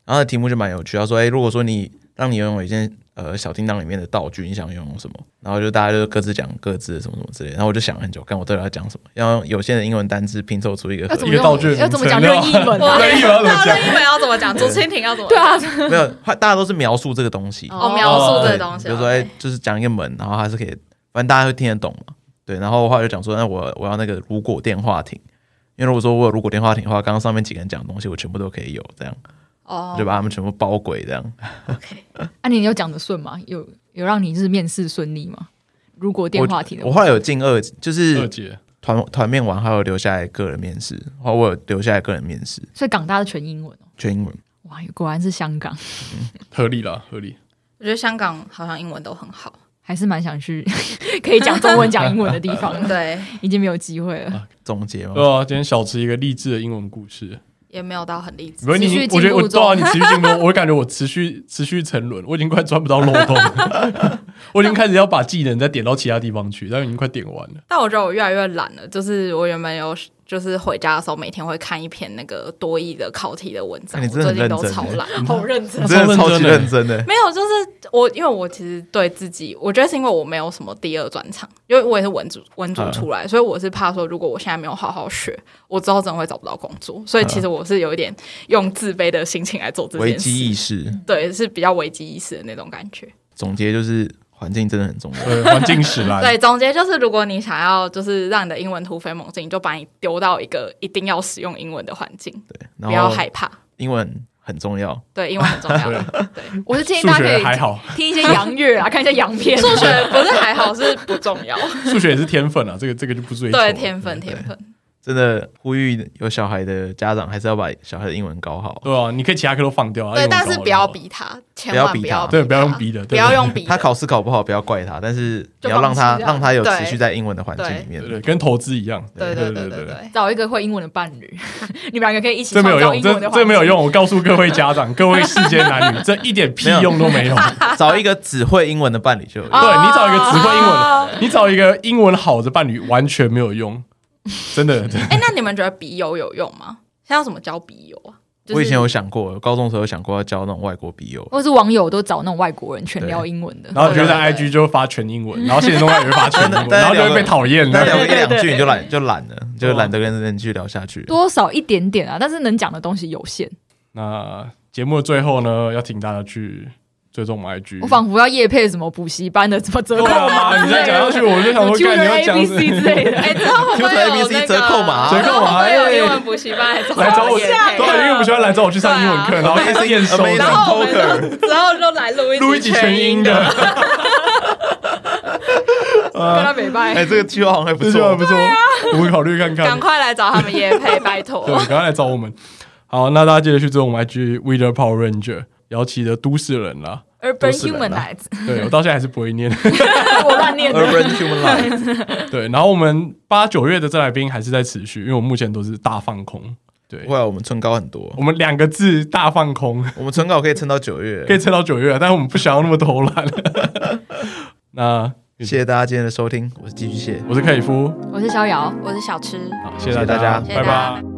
Speaker 2: 然后他的题目就蛮有趣，他说：“哎、如果说你让你拥有一件呃小叮当里面的道具，你想拥有什么？”然后就大家就各自讲各自的什么什么之类的。然后我就想了很久，看我到底要讲什么，要用有限的英文单字拼凑出一个
Speaker 3: 要
Speaker 2: 合
Speaker 3: 啊怎
Speaker 2: 理
Speaker 3: 么
Speaker 4: 一个道具
Speaker 3: 用？要怎么讲
Speaker 4: 成料
Speaker 3: 任意
Speaker 4: <laughs>
Speaker 3: 门
Speaker 1: 我
Speaker 3: 啊？
Speaker 4: 任意门要怎么
Speaker 1: <laughs>
Speaker 4: 讲
Speaker 1: 任意门要怎么讲？竹蜻蜓要怎么 <laughs>
Speaker 3: 对
Speaker 1: 讲？
Speaker 3: 啊，
Speaker 2: 没有，他大家都是描述这个东西，
Speaker 1: 哦，描述这
Speaker 2: 对，
Speaker 1: 个东西，
Speaker 2: 比如说，哎、就是讲一个门，然后它是可以，反正大家会听得懂嘛。对，然后的话就讲说，那我我要那个如果电话亭，因为如果说我有如果电话亭的话，刚刚上面几个人讲的东西，我全部都可以有，这样我
Speaker 1: 哦
Speaker 2: 就，把他们全部包鬼这样。
Speaker 3: 啊，你有讲的顺吗？有有让你就是面试顺利吗？如果电话亭的
Speaker 2: 我
Speaker 3: 话，
Speaker 2: 后来有进二，就
Speaker 4: 二
Speaker 2: 是
Speaker 4: 姐，
Speaker 2: 团团面完，还有留下来个人面试，然后我有留下来个人面试，
Speaker 3: 所以港大的全英文哦。
Speaker 2: 全英文。
Speaker 3: 哇，果然是香港，
Speaker 4: 合理啦，合理。
Speaker 1: 我觉得香港好像英文都很
Speaker 2: <laughs>
Speaker 1: 好，
Speaker 3: 还是蛮想去 <laughs> 可以讲中文、讲英文的地方
Speaker 4: <laughs>
Speaker 3: 了。
Speaker 1: 对，
Speaker 3: 已经没有机会了。
Speaker 2: 总结嘛
Speaker 4: 对，啊，今天小池一个励志的英文故事，
Speaker 1: 也没有到很励志。
Speaker 4: 不是你已经
Speaker 3: 持续，进
Speaker 4: 我觉得我
Speaker 3: 步
Speaker 4: 对
Speaker 3: 中
Speaker 4: 啊，你持续进步，我感觉我持续持续沉沦，我已经快钻不到漏洞了，我已经开始要把技能再点到其他地方去，但已经快点完了。
Speaker 1: 但我觉得我越来越懒了，就是我原本有。就是回家的时候，每天会看一篇那个多义的考题的文章，我
Speaker 2: 那你真的
Speaker 1: 最近
Speaker 2: 很
Speaker 1: 都
Speaker 2: 认真
Speaker 1: 超
Speaker 2: 欸
Speaker 1: 懒。
Speaker 3: 好认
Speaker 2: 你
Speaker 3: 真
Speaker 2: 真的
Speaker 4: 超认
Speaker 2: 超
Speaker 4: 真
Speaker 2: 级
Speaker 4: 的
Speaker 2: 认真的。
Speaker 1: 没有，就是我，因为我其实对自己，我觉得是因为我没有什么第二专长，因为我也是文组文
Speaker 2: 嗯
Speaker 1: 组出来，所以我是怕说，如果我现在没有好好学，我之后真的会找不到工作。所以其实我是有一点用自卑的心情来做这
Speaker 2: 嗯危
Speaker 1: 件
Speaker 2: 机
Speaker 1: 事，
Speaker 2: 意识，
Speaker 1: 对，是比较危机意识的那种感觉。
Speaker 2: 总结就是环境真的很重要。
Speaker 4: 对，环境使然。
Speaker 1: 对，总结就是，如果你想要就是让你的英文突飞猛进，你就把你丢到一个一定要使用英文的环境，不
Speaker 2: 然
Speaker 1: 要
Speaker 2: 后
Speaker 1: 害怕。
Speaker 2: 英文很重要，
Speaker 1: 对，英文很重要。对，
Speaker 3: 我是建议
Speaker 4: 数
Speaker 3: 大家可
Speaker 4: 学还
Speaker 3: 以
Speaker 4: 好，
Speaker 3: 听一些洋乐
Speaker 4: <laughs>
Speaker 3: 啊，看一些洋片。
Speaker 1: 数学不是还好，是不重要。
Speaker 4: 数学也是天分啊，这个这个就不追求了。
Speaker 1: 对，天分，天分。
Speaker 2: 真的呼吁有小孩的家长还是要把小孩的英文搞好。
Speaker 4: 对啊，你可以其他科都放掉啊。
Speaker 1: 对，
Speaker 4: 英文
Speaker 1: 但
Speaker 4: 搞
Speaker 1: 是
Speaker 4: 好
Speaker 1: 不要
Speaker 4: 就好。
Speaker 1: 逼他，千万
Speaker 2: 不
Speaker 1: 不
Speaker 2: 要
Speaker 1: 要
Speaker 2: 逼他
Speaker 4: 对不要用逼的
Speaker 1: 不
Speaker 4: 对
Speaker 1: 要用逼的。
Speaker 2: 他考试考不好，不要怪他，但是你
Speaker 3: 就
Speaker 2: 要让他
Speaker 3: 放弃这样
Speaker 2: 让他有持
Speaker 1: 对
Speaker 2: 续在英文的环境
Speaker 1: 对
Speaker 2: 里面
Speaker 4: 对。对，跟投资一样。
Speaker 1: 对
Speaker 4: 对
Speaker 1: 对对对
Speaker 4: 对。
Speaker 1: 对，
Speaker 3: 找一个会英文的伴侣， <laughs> 你们两个可以一起
Speaker 4: 这没有
Speaker 3: 创造英
Speaker 4: 用，
Speaker 3: 文
Speaker 4: 这
Speaker 3: 的环
Speaker 4: 这没有
Speaker 3: 境。
Speaker 4: 用。我告诉各位家长、各位世间男女，这一点屁用都没有。
Speaker 2: 找一个只会英文的伴侣就有
Speaker 1: 哦
Speaker 2: 用。
Speaker 3: 啊
Speaker 4: 对你找一个只会英文的，你找一个英文好的伴侣完全没有用，真的。真的
Speaker 1: <laughs> 哎，那你们觉得笔友有用吗？现在要怎么教笔友啊？就是
Speaker 2: 我以前有想过，高中的时候有想过要教那种外国笔友，
Speaker 3: 或是网友都找那种外国人全聊英 <laughs> 文的，
Speaker 4: 然后你就在
Speaker 1: 对对
Speaker 4: IG 就会发全英文，然后现实中也会发全英文，
Speaker 2: 对
Speaker 4: 然后就会被讨厌。
Speaker 2: 那聊
Speaker 4: 对
Speaker 2: 一
Speaker 3: 对
Speaker 2: 两
Speaker 3: 对
Speaker 2: 句
Speaker 3: 对
Speaker 2: 你就懒就懒了，就懒得跟人继续聊下去。
Speaker 3: 多少一点点啊，但是能讲的东西有限。
Speaker 4: 那节目的最后呢，要请大家去追踪我
Speaker 2: 嗯
Speaker 4: 们 IG。
Speaker 3: 我仿佛要夜配什么补习班的什么折扣
Speaker 4: 对
Speaker 3: 码
Speaker 4: 啊，
Speaker 3: 之
Speaker 4: 你
Speaker 3: 类的
Speaker 4: 再讲下去，我就想
Speaker 3: 什么
Speaker 4: 说，干你
Speaker 3: Children
Speaker 4: 要
Speaker 3: A
Speaker 4: 讲
Speaker 3: B C 之类的。
Speaker 1: 哎，之后会不会
Speaker 2: Q
Speaker 1: 有
Speaker 2: ABC
Speaker 1: 那个
Speaker 2: 折扣码
Speaker 4: 折扣码
Speaker 1: 之后会
Speaker 4: 哎
Speaker 1: 有英文补习班来找
Speaker 4: 来找我，
Speaker 1: 也可以
Speaker 4: 对，啊因为我们喜欢来找我去上英文课，然后开始验收这
Speaker 2: Amazing
Speaker 1: 然
Speaker 4: 样，
Speaker 1: 后我们就之后就来录一
Speaker 4: 录一集全音的，
Speaker 3: 跟他北拜
Speaker 2: 哎，这个计划好像还不
Speaker 4: 这句话
Speaker 2: 错
Speaker 4: 不。错，我们考虑看看
Speaker 1: 赶。快来找他们叶配，拜 <laughs>
Speaker 4: 对，
Speaker 1: 托。
Speaker 4: 赶快来找我们。好，那大家记得去追我们 IG Weather Power Ranger 姚琪的都市人啦。
Speaker 3: Urban
Speaker 2: 是人
Speaker 3: Human
Speaker 2: 啊
Speaker 3: i z
Speaker 4: 对我到现在还是不会念。
Speaker 3: <laughs> 我乱念的。
Speaker 2: Urban Human Life，
Speaker 4: 对，然后我们八九月的这来宾还是在持续，因为我目前都是大放空。对，
Speaker 2: 后来我们春高很多，
Speaker 4: 我们两个字大放空，
Speaker 2: 我们春高可以撑到九月
Speaker 4: 可。以撑到九月，但是我们不想要那么偷
Speaker 2: <laughs>
Speaker 4: 懒。那
Speaker 2: 谢谢大家今天的收听，我是寄居蟹。
Speaker 4: 我是克里夫，
Speaker 3: 我是逍遥。
Speaker 1: 我是小吃。
Speaker 4: 好，谢谢
Speaker 2: 谢谢
Speaker 4: 大
Speaker 2: 大
Speaker 4: 家，
Speaker 2: 家
Speaker 4: 拜
Speaker 1: 谢谢大家
Speaker 4: 拜。